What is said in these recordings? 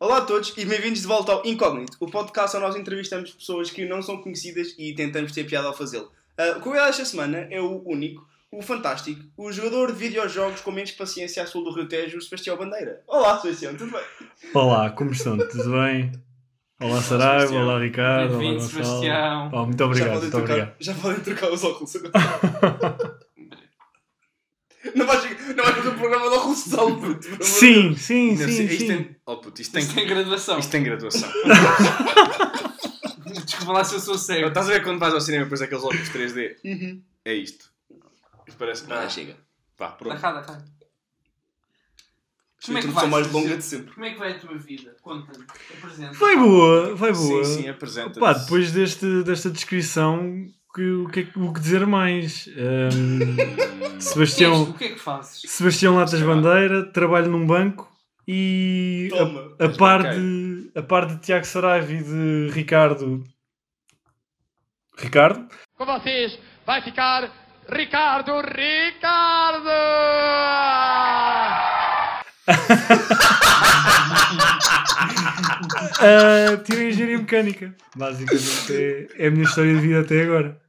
Olá a todos e bem-vindos de volta ao Incógnito, o podcast onde nós entrevistamos pessoas que não são conhecidas e tentamos ter piada ao fazê-lo. Ah, o convidado desta semana é o único, o fantástico, o jogador de videojogos com menos paciência a sul do Rio Tejo, Sebastião Bandeira. Olá, Sebastião, tudo bem? Olá, como estão? Tudo bem? Olá Saraiva, Sebastião. olá Ricardo, olá Bem-vindo, Gonçalo. Sebastião. Pá, muito obrigado, já, podem muito trocar, obrigado. já podem trocar os óculos agora. não vais não vais fazer um programa de óculos de sol, puto. por amor de Sim, sim, Deus. Não, sim, é isto sim. tem- Oh puto, isto tem, Tem que ter graduação. isto tem graduação. Desculpa lá se eu sou Eu, cego. É, Estás a ver quando vais ao cinema depois daqueles óculos 3D? Uhum. É isto. Isto Parece. Ah, Ah, chega. pá, Dá pronto. cá, dá cá. Tá, Como é que Isto vai, mais Sebastião? longa de sempre. Como é que vai a tua vida? Conta-me. Apresenta. Vai boa, vai É boa. Sim, sim, é apresenta-te. Pá, depois deste, desta descrição, que, o, que, é que- o que dizer mais? Ahm, O que, é que, Sebastião, o que é que fazes? Sebastião Latas Sei lá. Bandeira, trabalho num banco e a- Toma. a, és par banqueiro. de, a par de Tiago Saraiva e de Ricardo. Ricardo? com vocês vai ficar Ricardo Ricardo! Ah, tirei engenharia mecânica. Basicamente é, é a minha história de vida até agora.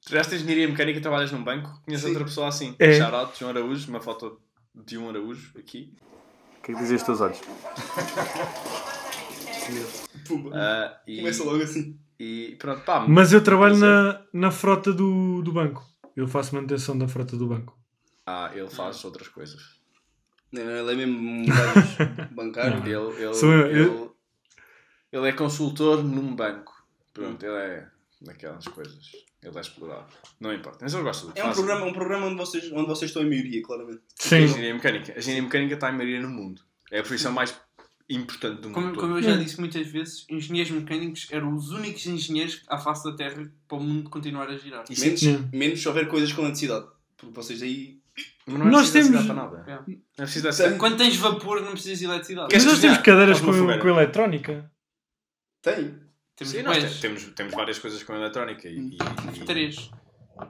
Estudaste engenharia mecânica e trabalhas num banco? Conheces Sim. outra pessoa assim? É. Shout out, João Araújo, uma foto de um Araújo aqui. O que é que dizem os teus olhos? Puma. Ah, e, Começa logo assim. e pronto, pá. Mas eu trabalho na, na frota do, do banco. Eu faço manutenção da frota do banco. Ah, ele faz outras coisas. Não, ele é mesmo um gajo bancário. Ele, ele, Sou eu, ele, eu- ele é consultor num banco. Pronto, ele é daquelas coisas. Ele é explorado. Não importa, mas eu gosto do que É um faz. programa, um programa onde, vocês, onde vocês estão em maioria, claramente. A Sim. engenharia mecânica. A engenharia mecânica está em maioria no mundo. É a profissão mais importante do mundo. Como, todo. como eu já disse muitas vezes, engenheiros mecânicos eram os únicos engenheiros à face da Terra para o mundo continuar a girar. E Menos- menos, menos se houver coisas com ansiedade. Porque vocês aí. Mas não é Nós preciso temos- temos... para nada. É. Não é preciso acelerar. Quando tens vapor, não precisas de eletricidade. Mas Queres nós temos cozinhar? cadeiras com, Faz uma fogueira. com eletrónica. Tem. Temos Sim, dois, nós te- temos, temos várias coisas com eletrónica e, e- e- três.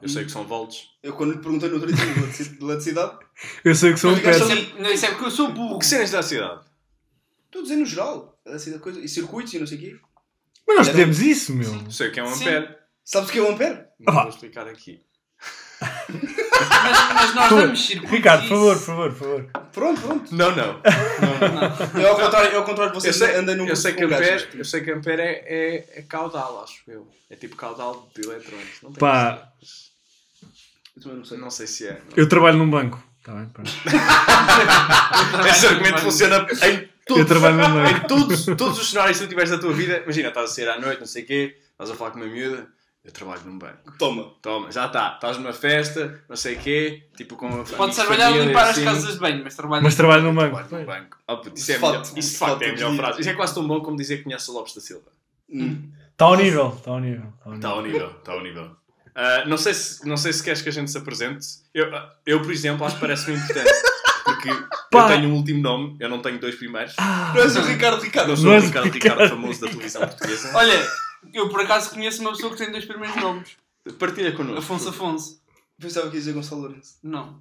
eu sei que são volts. Eu quando lhe perguntei no outro dia de eletrici- de eletricidade, Eu sei que são Não, pés. nós Isso é- Não, isso é porque eu sou burro. Que cenas da cidade? estou a dizer no geral. Eletricidade, coisa, e circuitos e não sei o quê. Mas nós Era- temos isso, meu. Eu sei o que é um Sim. ampere. Sabes o que é o ampere? Não Ah. vou explicar aqui. Mas, mas nós Por- damos circuitos. Ricardo, por favor, por e isso- favor, por favor. Pronto, pronto. Não, não. É ao contrário, é ao contrário de Eu vocês sei, andam num um eu sei que com gajos, ampere, eu sei que ampere é, é, é caudal, acho eu. É tipo caudal de eletrónicos. Não, tem Pá. mas Eu também não isso. sei. não sei se é. não. Eu trabalho num banco. Tá bem, pronto. Esse argumento funciona em todos Eu trabalho num banco. em todos, todos os cenários que tu tiveres da tua vida, imagina, estás a sair à noite, não sei o quê, estás a falar com uma miúda, eu trabalho num banco. Toma. Toma, já está, estás numa festa, não sei o quê, tipo com a Pode amigos, trabalhar a família, limpar as assim, casas de banho, mas trabalha. Mas trabalho num Trabalho banco. num banco. Oh, puto, isso, De é melhor, facto, isso de de facto facto, é a melhor de- frase. Isso é quase tão bom como dizer que conhece o Lopes da Silva. Hum. Está Tá ao nível, está ao nível. tá ao nível. Está ao nível, está ao nível. Ah, não, sei se, não sei se queres que a gente se apresente. Eu, eu por exemplo, acho que parece-me importante. Porque Pá. Ah, eu tenho um último nome, eu não tenho dois primeiros. Não és o Ricardo Ricardo. Eu sou o Mas- Ricardo Ricardo, famoso da televisão portuguesa. Olha, eu por acaso conheço uma pessoa que tem dois primeiros nomes: Partilha connosco. Afonso Afonso. Pensava que ia dizer Gonçalo Lourenço. Não.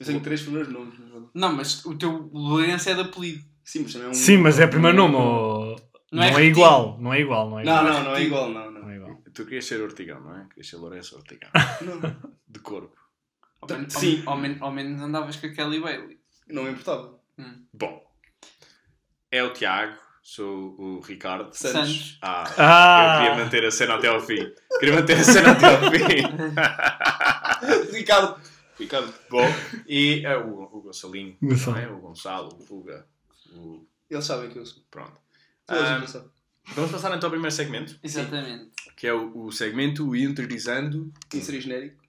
Eu tenho três primeiros nomes. mas não. Não, mas o teu Lourenço é de apelido. Sim, mas também é um. Sim, mas é primeiro nome. ó. Não, Não é é repetido. igual, não é igual, não é Não, igual. não, não é igual, não, não. Não é igual. Tu querias ser Ortigão, não é? Querias ser Lourenço Ortigão. Não, De corpo. Ao menos, Sim. Ao, men- ao menos andavas com a Kelly Bailey. não me importava. Bom. É o Tiago. Sou o Ricardo. Santos. Santos. Ah, Ah! Eu queria manter a cena até ao fim. Queria manter a cena até ao fim. Ricardo. Ricardo. Bom. E é o, o Gonçalinho. Gonçalo. Não é? O Gonçalo, o Fuga. O... Eles sabem que eu sou. Pronto. Toda a Ah, gente sabe. vamos passar então ao primeiro segmento. Exatamente. Que é o, o segmento Interiorizando. Inserir é genérico.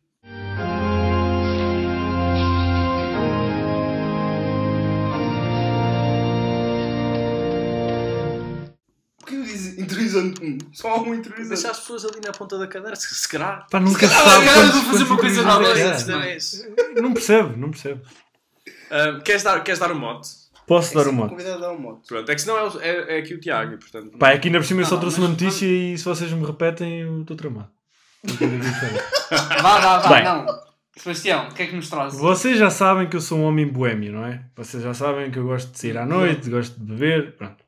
Porquê eu disse interiorizando? Hum, Só há um Deixar interiorizando. as pessoas ali na ponta da cadeira, se, se calhar. Pá, nunca se calhar sabe Ah, eu vou quantos- fazer uma quantos coisa livros nova, é. é. antes da- Não percebo, não percebo. Ah, queres, dar, queres dar um mote? Posso dar um O mote? convidado dá um mote. Pronto, é que senão é, o- é, é aqui o Tiago, e, portanto. Pá, aqui na por cima eu só Não, trouxe mas- uma notícia e se vocês me repetem eu estou tramado. Vá, vá, vá, Bem. não. Sebastião, o que é que nos traz? Vocês já sabem que eu sou um homem boêmio, não é? Vocês já sabem que eu gosto de sair à noite, gosto de beber, pronto.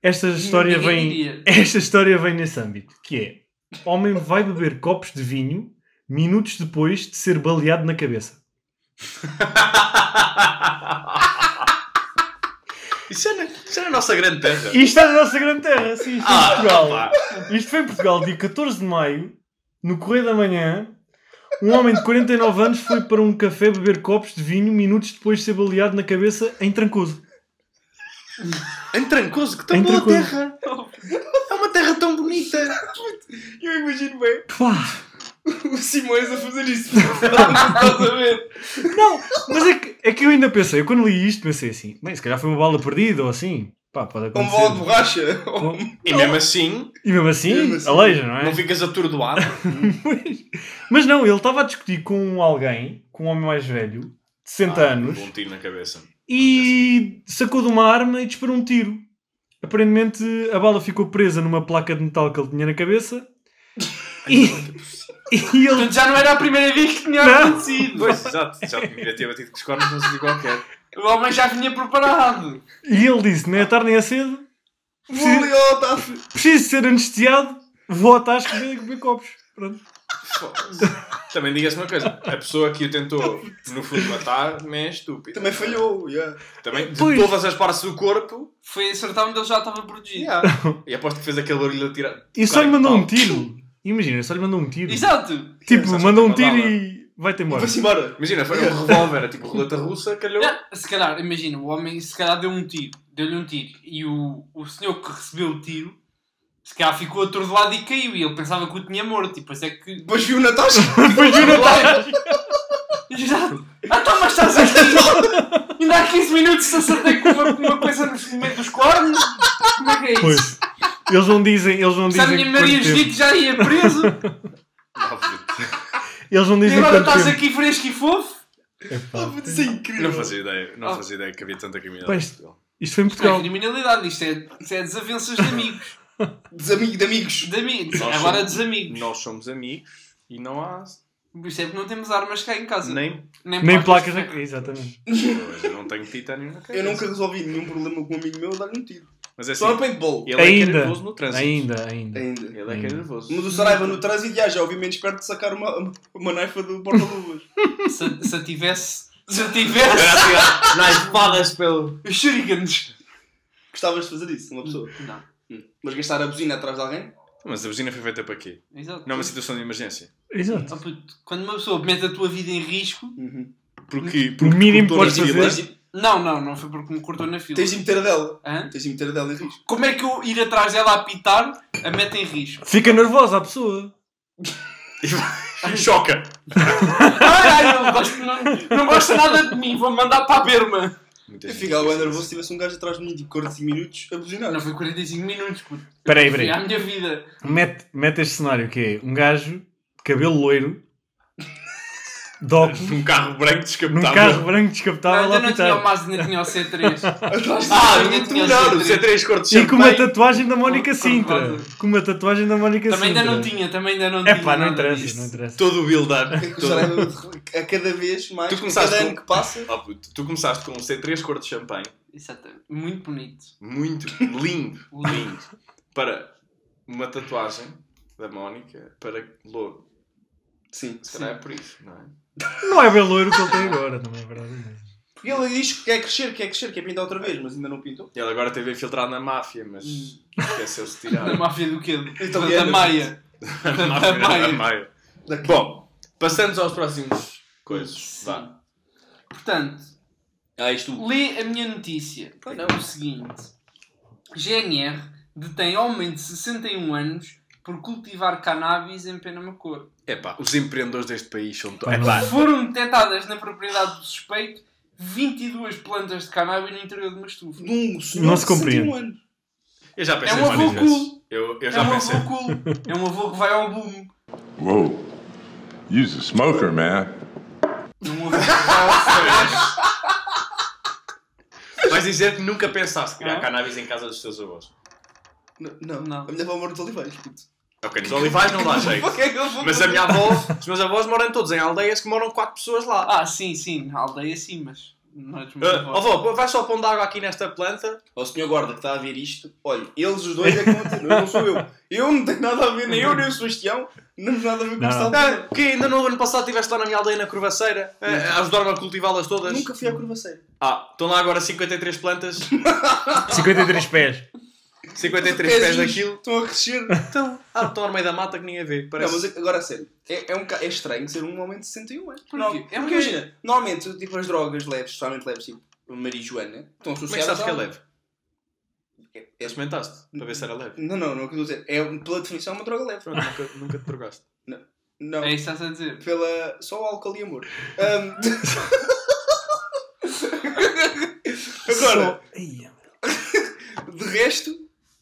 Esta história Ninguém vem, diria. esta história vem nesse âmbito, que é homem vai beber copos de vinho minutos depois de ser baleado na cabeça. Isso é na, isso é na nossa grande terra. E está na é nossa grande terra, sim, isto Ah, em Portugal. pá. Isto foi em Portugal, dia 14 de maio, no Correio da Manhã, um homem de 49 anos foi para um café beber copos de vinho minutos depois de ser baleado na cabeça em Trancoso. Em Trancoso, que Em tão boa Trancoso. terra. É uma terra tão bonita. Eu imagino bem Pá! o Simões a fazer isso. Estás a ver? Não! Mas é que, é que eu ainda pensei, eu quando li isto pensei assim, bem, se calhar foi uma bala perdida ou assim. Pá, pode Com bola um de acontecer. borracha. E mesmo assim, E mesmo assim, Mesmo assim, aleija, não é? não ficas atordoado. Mas não, ele estava a discutir com alguém, com um homem mais velho, de 60 Ah, anos. com Um tiro na cabeça. e sacou de uma arma e disparou um tiro. Aparentemente a bala ficou presa numa placa de metal que ele tinha na cabeça e, e ele. Portanto, já não era a primeira vez que tinha Não. acontecido. Pois, exato. Já te devia ter batido com os cornos, não sei qualquer. O homem já vinha preparado. E ele disse: nem é tarde nem é cedo, Vou ali ao TAF. preciso ser anestesiado, vou ao Tasco e comer copos. Pronto. Foda-se. Também diga-se uma coisa. A pessoa que o tentou, no fundo, matar, também é estúpida. Também falhou. yeah. Também, de Pois. todas as partes do corpo, Foi acertar onde ele já estava protegido. yeah. E aposto que fez aquele barulho a tirar. E só lhe Claro, mandou um tal. tiro. Imagina, só lhe mandou um tiro. Exato. Tipo, Só mandou um mandou tiro uma e vai-te embora. Vai-se embora. Imagina, foi um revólver, era tipo roleta russa, calhou. Ah, Se calhar, imagina, o homem se calhar deu um tiro, deu-lhe um tiro, e o, o senhor que recebeu o tiro, se calhar ficou atordoado e caiu, e ele pensava que o tinha morto, e depois é que... Depois viu o Natasha. Depois viu na Tasco. Exato. Ah, tá, mas estás aqui! Ainda há 15 minutos se acertei com uma, com uma coisa nos- no meio dos cornos? Como é que é isso? Pois. Eles não dizem, eles não Se a dizem. minha quanto Maria tempo- Judite já ia preso, Eles não e dizem agora tá quanto assim-" estás tempo. aqui fresco e fofo? Epá. Ah, Isso é incrível. Não fazia ideia, não Ah. fazia ideia que havia tanta criminalidade. Pois. Isto foi em Isto não é Portugal. criminalidade, isto é, isto é desavenças de amigos. Dos ami- de amigos. De amigos. Nós Agora somos- dos amigos. Nós somos amigos e não há Isto é porque não temos armas cá em casa. nem. Nem placas de na. Exatamente. Eu não tenho titânio na cabeça. Eu nunca resolvi nenhum problema com um amigo meu dar-lhe um tiro. Mas é assim, Só no paintball. ele é que é Ainda. nervoso no trânsito. Ainda, ainda. Ainda. Ele é que é nervoso. Mas o Saraiva no trânsito já, já ouvi menos perto de sacar uma, uma, uma naifa do porta-luvas. Se, se eu tivesse. Se eu tivesse. Nas balas pelo. Os shurikens. Gostavas de fazer isso, uma pessoa. Não. Hum. Mas gastar a buzina atrás de alguém? Mas a buzina foi feita para quê? Exato. Não é uma situação de emergência. Exato. Oh, puto, Quando uma pessoa mete a tua vida em risco. Uhum. Porque, O porque mínimo tu podes todas as fazer. Tens, filas- de, Não, não, não foi porque me cortou na fila. tens de meter a dela. Hã? Tens de meter a dela em risco. Como é que eu ir atrás dela a apitar a mete em risco? Fica nervosa a pessoa. Choca! Ai, ai, não gosto, não, não gosto nada de mim, vou mandar para a Berma. Muita Eu gente ficava bem pensa nervoso se tivesse um gajo atrás de mim de 45 minutos a buzinar. Não, foi 45 minutos, puto. Peraí, Foi a peraí. minha vida. Mete, mete este cenário que é um gajo de cabelo loiro, de óculos, assim. Num carro branco num descapotado. carro branco Não, descapotável lá ainda não tinha o pintar. Mazda, ainda tinha o C3. Atrás de Ah, mim, eu muito tinha melhor. O C3 cor de E com uma champanhe. tatuagem da Mónica Cor- cor de Sintra. rosa. Com uma tatuagem da Mónica Também Sintra. ainda não tinha, também ainda não tinha. É pá, não nada interessa, disso. não interessa. Todo o build-up. É que o Saraiva, a cada vez mais, Tu com começaste cada com- ano que passa, Oh, puto, tu começaste com um C3 cor de champanhe. Exatamente. é Muito bonito. Muito lindo. lindo. Para uma tatuagem da Mónica para louro. sim. Se calhar é por isso, não é? Não é bem loiro o que ele tem agora, também é verdade. Porque ele diz que quer crescer, quer crescer, quer pintar outra vez, mas ainda não pintou. Ele agora teve infiltrado na máfia, mas Hum. esqueceu-se de Da tirar. máfia do quê? Da, Italiana. da Maia. a máfia da Maia. da Maia. Daqui. Bom, passamos aos próximos coisas. Sim. Vá. Portanto, Ah, isto. lê a minha notícia. Pois É o seguinte: GNR detém homem de 61 anos por cultivar cannabis em Penamacor. Epá, os empreendedores deste país são. To... É Pá, não. Epá, Foram detectadas na propriedade do suspeito 22 plantas de cannabis no interior de uma estufa. De um senhor Não se de 61 compreende. anos. eu já pensei É um avô várias vezes. cool. Eu, eu É já um pensei. avô cool. É um avô que vai ao boom. Whoa. You's a smoker, É man. um avô que vai ao boom. Vais dizer que nunca pensaste criar Ah. cannabis em casa dos teus avós. N- Não, Não. a minha avó mora nos oliveiros. puto. Ok, nos olivais não dá jeito. Porque é que eu vou Mas a minha avó, os meus avós moram todos em aldeias que moram 4 pessoas lá. Ah, sim, sim, na aldeia sim, mas. Não é dos meus Ah, avós. avó, vai só pondo água aqui nesta planta. Ao senhor guarda que está a ver isto, olha, eles os dois é que vão ter, não sou eu. Eu não tenho nada a ver, nem eu nem o Sebastião, não temos nada a ver com Não. esta Ah, aldeia. que ainda no ano passado estiveste lá na minha aldeia na Curvaceira. Ah, Hum. ah, Ajudaram a cultivá-las todas. Nunca fui à curvaceira. Ah, estão lá agora 53 plantas, 53 pés. 53 pés Pezinhos daquilo. Estão a crescer. Então, ah, estão no meio da mata que ninguém vê. Não, Parece. mas agora a sério, é, é um, boca- é estranho ser um homem de 61 anos. Porquê? Não, É porque porque- imagina, normalmente, tipo as drogas leves, especialmente leves, tipo marijuana, estão Como é que associadas sabes que é ao- leve? É- é- Experimentaste, para ver se era leve. Não, não, não é o que eu estou a dizer. É, pela definição, uma droga leve. Pronto, nunca, nunca te drogaste. Não, É isso que estás a dizer. pela... só álcool e amor. Ahm, Agora, Só- Ia, de resto,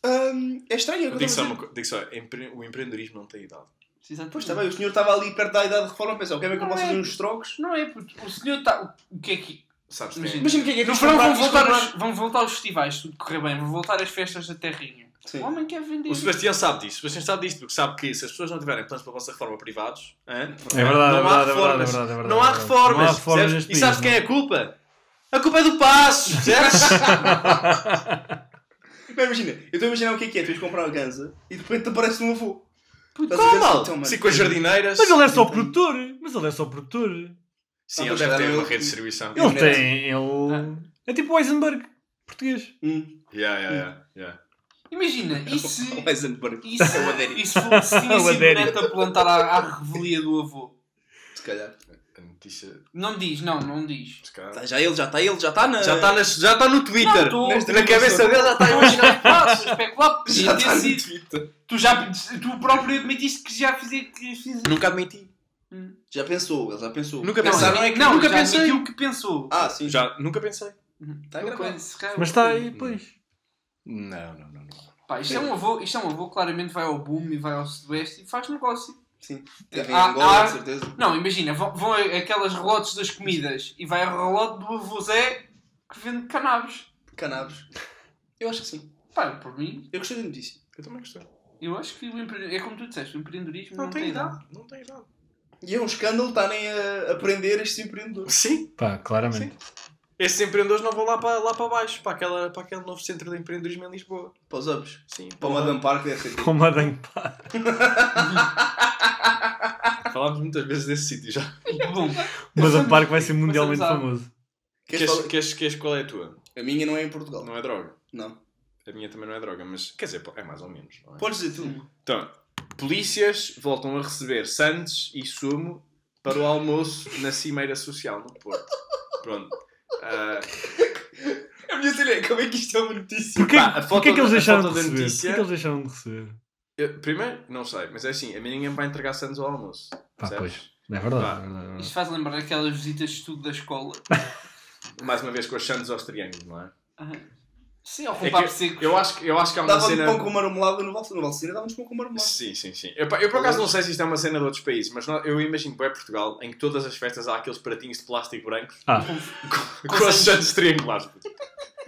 ahm, é estranho. é o que eu Digo só, estou a dizer. uma, co- digo só empre- o empreendedorismo não tem idade. Exatamente. Pois está bem, o senhor estava ali perto da idade de reforma a pensar, quer ver que eu Não posso é. fazer uns trocos? Não é, puto. O senhor está. O que é que. Sabes Mas sim. tem- Imagina o que é que é que No isto verão comprar- vão isto voltar, comprar- os, vão voltar os festivais, se tudo correr bem, vão voltar as festas da terrinha. Sim. O homem quer vender. O Sebastião sabe disso. O Sebastião sabe disto porque sabe que se as pessoas não tiverem planos para a vossa reforma privados, hã? É verdade, é não há verdade, é reformas. verdade, é verdade, é verdade. Não há reformas. Não há reformas percebes? neste E sabes país, quem é a culpa? A culpa é do Passos, percebes? Não, imagina, eu estou a imaginar o que é que é, tu vais comprar uma ganza e de repente aparece um avô. Estás a ver? Então, Como? mano, Sim, com as jardineiras. Mas ele é só produtor. Mas ele é só produtor. Sim, Não, mas eles devem ter era- uma rede de distribuição. Eu- Ele é tem. Ele. É tipo o Heisenberg, português. Hum, oh, Yeah, yeah, yeah, yeah. Imagina, e se. o Heisenberg, E se, É o Adério. e se for- se tinha O sido Adério. neto a plantar à, à revelia do avô? se calhar. A notícia, Não diz, não, não diz. se calhar- Tá, já ele, já está ele, já está na... Ah. Já está nas- já está no Twitter. Não, tô- Nesta- na cabeça dele já tá está Estou a a imaginar. especular, estou a especular, Já tá podia está ter no sido. Twitter. Tu, já, tu próprio admitiste que já fizeste. Que fiz... Nunca admiti. Já pensou, ele já pensou. Nunca Não, pensaram não, é que- não, nunca já pensei. admitiu que pensou. Ah, sim. Já, nunca pensei. Tá Eu gravado. penso, cara, Mas está aí, pois. Não, não, não. não. Pá, isto, é um avô, isto é um avô, claramente vai ao boom e vai ao sudoeste e faz negócio. Sim. Teve em Ah, Angola, ah. de certeza. Não, imagina, vão, vão a- aquelas relotes das comidas e vai ao relote do avô Zé que vende cannabis. Cannabis. Eu acho que sim. Pá, por mim, Eu gostei da notícia. Eu também gostei. Não, eu acho que o empre... é como tu disseste, o empreendedorismo não, tem, tem idade. nada. Não tem idade. E é um escândalo estarem a aprender estes empreendedores. Sim, Pá, claramente. esses empreendedores não vão lá para, lá para baixo, para, aquela, para aquele novo centro de empreendedorismo em Lisboa. Para os hubs. Sim, Para o Madame Park da RTP. Com uma dengue pá. Falámos muitas vezes desse sítio já. Bom, Mas a Parque vai ser Começamos mundialmente a- famoso. Queres Queres, falar- queres, queres qual é a tua? A minha não é em Portugal. Não é droga. Não. A minha também não é droga, mas quer dizer, é mais ou menos. não é? Podes dizer tu. Então, polícias voltam a receber Santos e Sumo para o almoço na Cimeira Social no Porto. Pronto. Ah, A minha cena é como é que isto é uma notícia. Porquê, pá, a foto porquê que eles da- a deixaram de foto da receber? Porquê notícia- que eles deixaram de receber? eu- primeiro, não sei, mas é assim, a mim ninguém vai entregar Santos ao almoço. Pá, percebes? pois. É verdade, Pá. é verdade. é verdade. isto faz lembrar aquelas visitas de estudo da escola. Mais uma vez com os Santos aos triângulos, não é? Aham. Sim, ao É roubar que, seco. eu, acho, que- eu acho que há uma Dava-me cena... pão com marmelada no Valsina. No Valsina dava-nos pão com marmelada. Sim, sim, sim. Eu, pá, eu por acaso não sei se isto é uma cena de outros países, mas não- eu imagino que é Portugal, em que todas as festas há aqueles pratinhos de plástico branco Ah. com, com os Santos triangulares.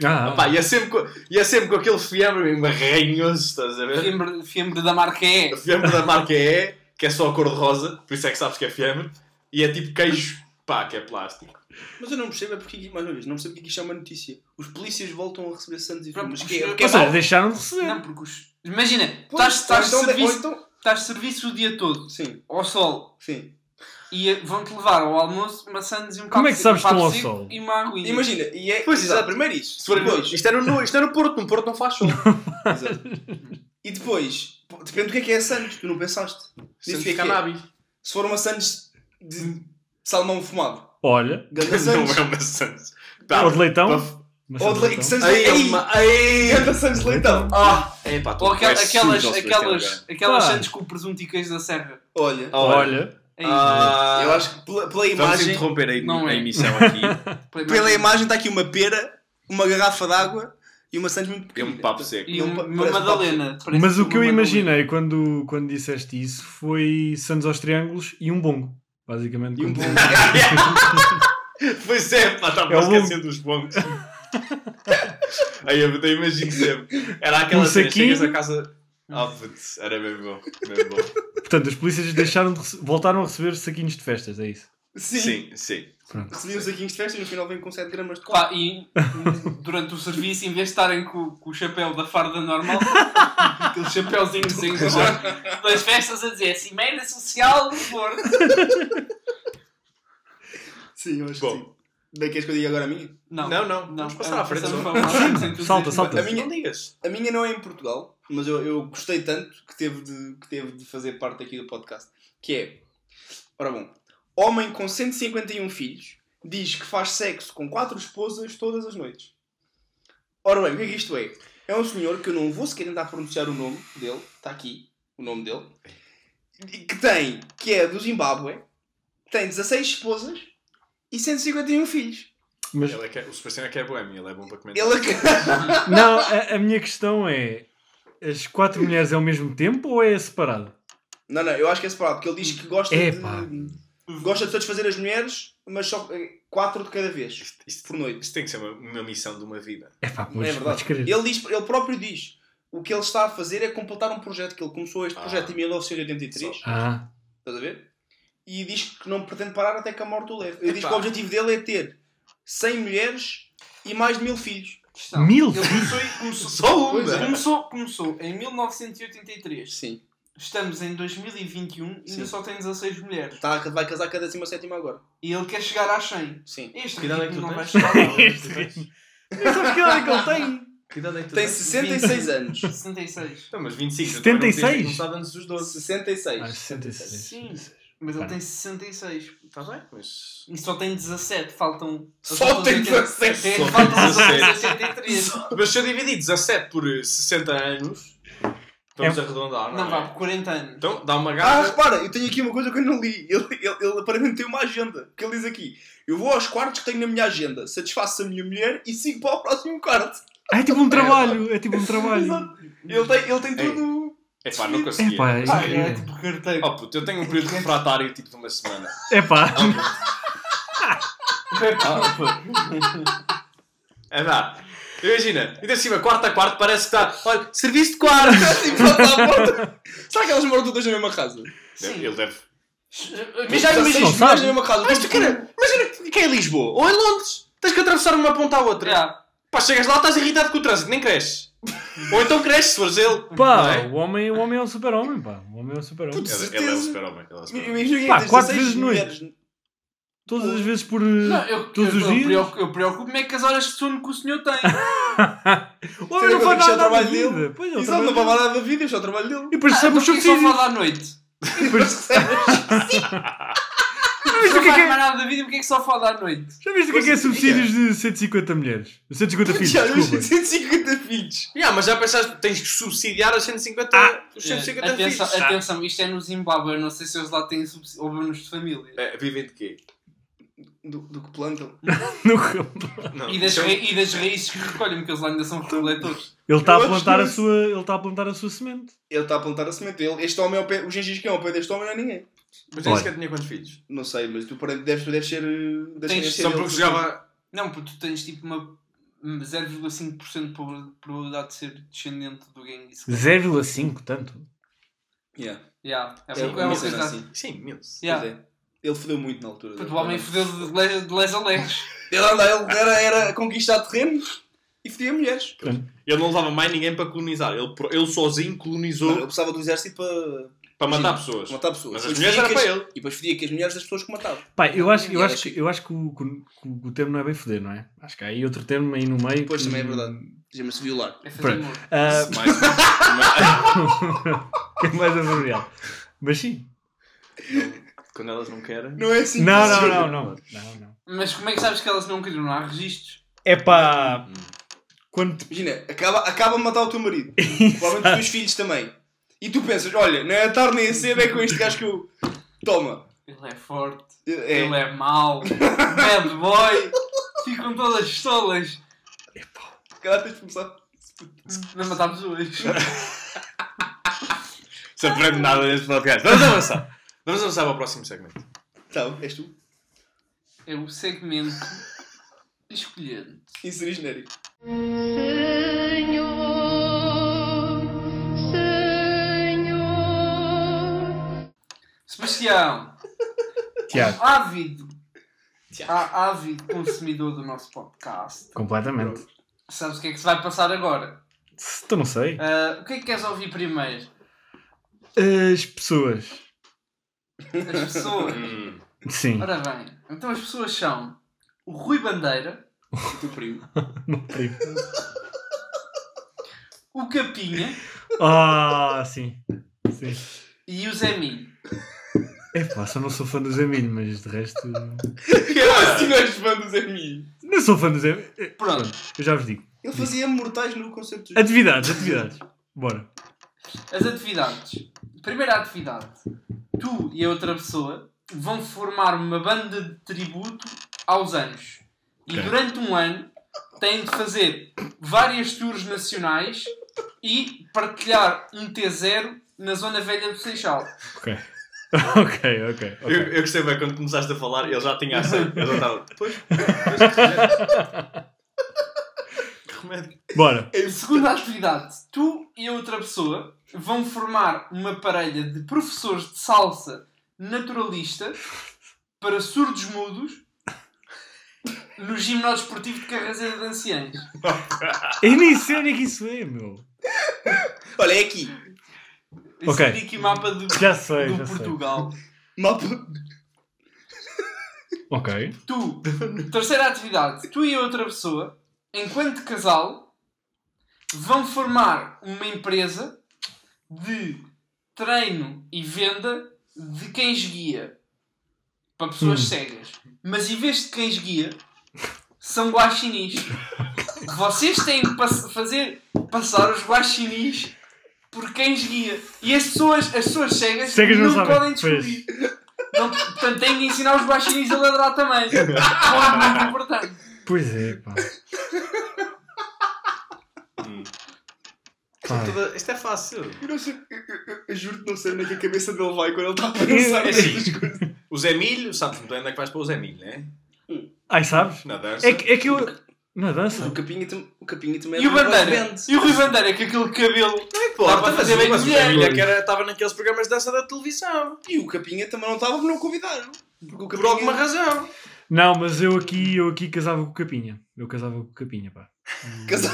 Ah, Ah, pá, e é sempre com, e é sempre com aquele fiambre mesmo arranhoso, estás a ver? Fiambre, fiambre da marca é. O fiambre da marca E, que é só a cor de rosa, por isso é que sabes que é fiambre, e é tipo queijo, pá, que é plástico. Mas eu não percebo é porque, mais uma vez, não percebo porque isto é uma notícia. Os polícias voltam a receber santos e tudo. Pronto, Mas os- que é... os- que é Ou seja, mau? deixaram de receber. Não, porque os... Imagina, Pois, estás estás de ou então- ou serviço- então- estás de serviço o dia todo, Sim, ao sol, sim. e vão-te levar ao almoço maçãs e um Como bocado é que sabes de- um bocado que de estão ao seco sol? E uma aguinha. Imagina, e é... Pois, exato, exato. primeiro isso. Se for- Depois, isto, era no, isto era no Porto, no Porto não faz sol. exato. E depois, pô, depende do que é que é santos. Tu não pensaste. Diz o Santos que é que é. cannabis. Se for uma santos de salmão fumado. Olha. Ganda Não santos. é uma Santos. Ou de leitão. Puff. Mas Ou é de leite santos. Aí, é Ei, uma- aí. ganda santos de leitão. Ah, é pá, tu Ou aquel- és aquelas, sujo ao é Sebastião agora. aquelas, Ah. aquelas Claro. sandes com presunto e queijo da serra. Olha, Olha. É isso. Ah, eu acho que pela, pela Vamos imagem... interromper um. a, Não a é. emissão aqui. Pela Pela imagem. imagem está aqui uma pera, uma garrafa de água e uma sandes muito É pequena. um papo seco. E Não uma, pa- uma parece um Madalena. parece Mas o que eu uma Madalena. imaginei quando, quando disseste isso foi Santos aos Triângulos e um bongo. Basicamente. E um quando- bom- Pois é, pá, estava É o esquecendo dos bongos. Aí eu até imagino sempre. Era aquela Um cena, chegas saquinho. a casa. Óbvio, era mesmo bom. Mesmo bom. Portanto, os polícias deixaram de rece- voltaram a receber saquinhos de festas, é isso. Sim. Sim, sim. Recebi uns saquinhos de festa e no final vem com 7 gramas de coca. Pá, e durante o serviço, em vez de estarem com, com o chapéu da farda normal, aquele chapéuzinho sem é. cor, das festas a dizer Cimeira Social do Porto. Sim, eu acho que sim. Bom, Bem, queres que eu diga agora a minha? Não, não, vamos passar à frente, passamos só. para uma frente sem tu Salta, dizeres salta. nada. A minha, não digas. a minha não é em Portugal, mas eu, eu gostei tanto que teve, de, que teve de fazer parte aqui do podcast. Que é, ora bom, homem com 151 filhos diz que faz sexo com quatro esposas todas as noites. Ora bem, o que é que isto é? É um senhor que eu não vou sequer tentar pronunciar o nome dele, está aqui o nome dele, e que tem, que é do Zimbábue, tem 16 esposas e 151 filhos. Mas Ele é que é- o Sebastião é que é boêmio, ele é bom para comentar. Ele acaba. não, a, a minha questão é: as quatro mulheres é ao mesmo tempo ou é separado? Não, não, eu acho que é separado, porque ele diz que gosta Epá. eh, de. Gosta de satisfazer as mulheres, mas só eh, quatro de cada vez, Isto, por noite. isto tem que ser uma, uma missão de uma vida. É pá, é pois, podes verdade. crer. Ele, diz, ele próprio diz: o que ele está a fazer é completar um projeto, que ele começou este Ah. projeto em 1983, Só. Ah, estás a ver? E diz que não pretende parar até que a morte o leve. Ele diz que Epá. o objetivo dele é ter 100 mulheres e mais de mil filhos. Questão. Mil? Ele começou, em- começou, Só Pois é. começou, começou em 1983. Sim. Estamos em 2021 e um, Sim. ainda só tem 16 mulheres. Está, Tá, vai casar cada décima sétima agora. E ele quer chegar às 100. Sim. Este Que idade é que ritmo tu não vai tens? chegar lá. Este ritmo. Não sabes que idade é que ele tem? Que idade é que tu Tem tens? 66 anos. 66. Não, mas 25. 76? Não antes dos 12. 66. Ah, 66. Sim, mas ele tem 66. Está Tá bem, mas... E só tem 17, faltam. Só tem 17. Tem- Só tem Faltam 17. 63. Mas se eu dividir 17 por eh, 60 anos, vamos arredondar, não, Não, vá, é? por 40 anos. Então, dá uma Ah, garra. repara, eu tenho aqui uma coisa que eu não li. Ele, ele, ele aparentemente tem uma agenda. Que ele diz aqui: Eu vou aos quartos que tenho na minha agenda, satisfaço a minha mulher e sigo para o próximo quarto. Ah, é tipo um trabalho, é tipo um trabalho. Exato. Ele tem, ele tem Ei. tudo. É pá, não consegui. Epá, não Ah, consegui. é tipo carteiro. Oh puto, eu tenho um período refratário tipo de uma semana. É pá, Ah, puto. É pá. Imagina, ainda assim, a quarta a quarto parece que está. Olha, serviço de quarto! Assim, pronto, à porta. Será que elas moram todas na mesma casa? Sim. Ele deve. Mas já Não imagina as sabe. mulheres na mesma casa. Mas tu, cara, imagina que é em Lisboa ou em Londres. Tens que atravessar uma ponta à outra. Já. Pá, chegas lá, estás irritado com o trânsito, nem cresces. ou então cresces, se fores ele. Não pá, é? o homem, o homem é um super-homem, pá. O homem é um super-homem. Putz. Ele, ele é o super-homem. ele é o super-homem. Imagina Pá, que tens quatro 16 vezes noite. mulheres. Todas as vezes por. eh, Não, eu, Todos eu, os eu dias? preocupo- eu preocupo-me é que as horas de sono que o senhor tem. o homem não Tem faz que ser o nada da trabalho vida. dele. Pois é, o Exato, não trabalho vai lá nada da vida, é só o trabalho dele. E depois Ah, recebe então os porquê que só subsídios. fala à noite? E depois- Já Se viste não o que é faz que mais é- nada da vida, porquê que só fala à noite? já viste o que é que é subsídios de 150 mulheres? 150 filhos, Já, eu desculpa. 150 filhos. Yeah, mas já pensaste que tens que subsidiar os 150, Ah! os 150 É, atenção, filhos? atenção, isto é no Zimbábue, eu não sei se eles lá têm subsídio ou bônus de família. Ah, vivem de quê? Do, do que plantam. No campo. Não, então, E das, são- ra- e das raízes que recolhem, porque eles lá ainda são recoletores. Ele está Eu a acho plantar que a isso- sua, ele está a plantar a sua semente. Ele está a plantar a semente. Ele, este homem, é o pé, o gengis que é ao pé deste homem, não é ninguém. Mas nem Olha. sequer tinha quantos filhos? Não sei, mas tu parece- deves, deves ser. eh, Deves Tens- ser Só ele. porque jogava. Não, porque tu tens tipo uma uma 0,5% de proba- probabilidade de ser descendente do Genghis. 0,5 tanto. Yeah. Yeah, é, É uma- uma é uma cena coisa assim. assim. Sim, imenso. Yeah. Pois é. Ele fodeu muito na altura. Puto, o homem fodeu de le- de les a les. Ele, anda, ele era, era conquistar terrenos e fodia mulheres. Ele não usava mais ninguém para colonizar. Ele, pro- ele sozinho colonizou Ele precisava do exército para para matar Sim. pessoas. matar pessoas. Mas Depois as mulheres fodia era que para as- ele. E depois fodia que as mulheres das pessoas que matava. Pá, eu acho, eu Eu acho, acho- que, eu acho que, o, que o- que o termo não é bem foder, não é? Acho que há aí outro termo aí no meio. Pois, que- também é verdade. Chama-se violar. É Pronto. fazer humor. Ah, Mais uma- que é mais apropriado. Mas sim. Quando elas não querem. Não é assim Não, que se não, joga. não, não. não, não. Mas como é que sabes que elas não queriam? Não há registros. É pá. Quando. te- Imagina, acaba, acaba de matar o teu marido. Provavelmente os teus filhos também. E tu pensas, olha, não é a tarde nem a cedo, é com este gajo que eu. Toma. Ele é forte, É. ele é mau, bad boy, ficam todas solas. Calhar tens de começar. Não matar pessoas. Se aprende nada neste podcast. Vamos avançar. Vamos avançar para o próximo segmento. Então, és tu. É o segmento escolhendo. Inserir genérico. Senhor, Senhor. Sebastião, Tiago, ávido, á- ávido consumidor do nosso podcast, completamente. sabes o que é que se vai passar agora? Tu não sei. Ah, o que é que queres ouvir primeiro? As pessoas. As pessoas. Hum, Sim. Ora bem, então as pessoas são o Rui Bandeira, o teu primo. Não primo. o Capinha Ah, sim. Sim. e o Zé Minho. Epá, só não sou fã do Zé Milho, mas de resto. Eu assim não és fã do Zé Milho. Não sou fã do Zé Milho. Eh, Pronto, Eu já vos digo. Ele fazia mortais no concerto de Atividades, atividades. Bora. as atividades. Primeira atividade. Tu e a outra pessoa vão formar uma banda de tributo aos anjos. E Ok. durante um ano têm de fazer várias tours nacionais e partilhar um T0 na Zona Velha do Seixal. Ok. Ok, ok. Eu, ok. eu gostei bem quando começaste a falar, ele já tinha aceito. Ele já estava. Pois. é Que remédio. Bora. Segunda atividade, tu e a outra pessoa vão formar uma parelha de professores de salsa naturalista para surdos mudos no ginásio esportivo de Carrazeira de Anciães. Eu nem sei onde é que isso é, meu. Olha, é aqui. Isso Ok. indica o mapa do, Já sei, do já sei. Portugal. Mapa. Ok. Tu, terceira atividade, tu e a outra pessoa, enquanto casal, vão formar uma empresa de treino e venda de cães guia para pessoas Hum. cegas. Mas em vez de cães guia, são guaxinins. Vocês têm de pass- fazer passar os guaxinis por cães guia. E as pessoas, as pessoas cegas, Cegas não não, sabem, podem descobrir. Não, portanto, têm de ensinar os guaxinins a ladrar também. Ponto muito importante. Pois é, pá. Hum. Pá. Toda- Isto é fácil. Eu não sei. Eu, eu- eu juro que não sei onde é que a cabeça dele vai quando ele está a pensar É nestas assim. coisas. O Zé Milho, sabes muito bem onde é que vais para o Zé Milho, né? Ai, sabes? Na dança. É que, é que eu. Na O dança? Capinha, tam- o Capinha também E o de uma Bandeira? band. E o Rui Bandeira com aquele cabelo. Pô, Dá para mas fazer o- bem mas o mulher. Zé Milho é que era- estava naqueles programas de dança da televisão. E o Capinha também não estava porque não o convidaram. Porque o Por alguma razão. Não, mas eu aqui, eu aqui casava com o Capinha. Eu casava com o Capinha, pá. Casa-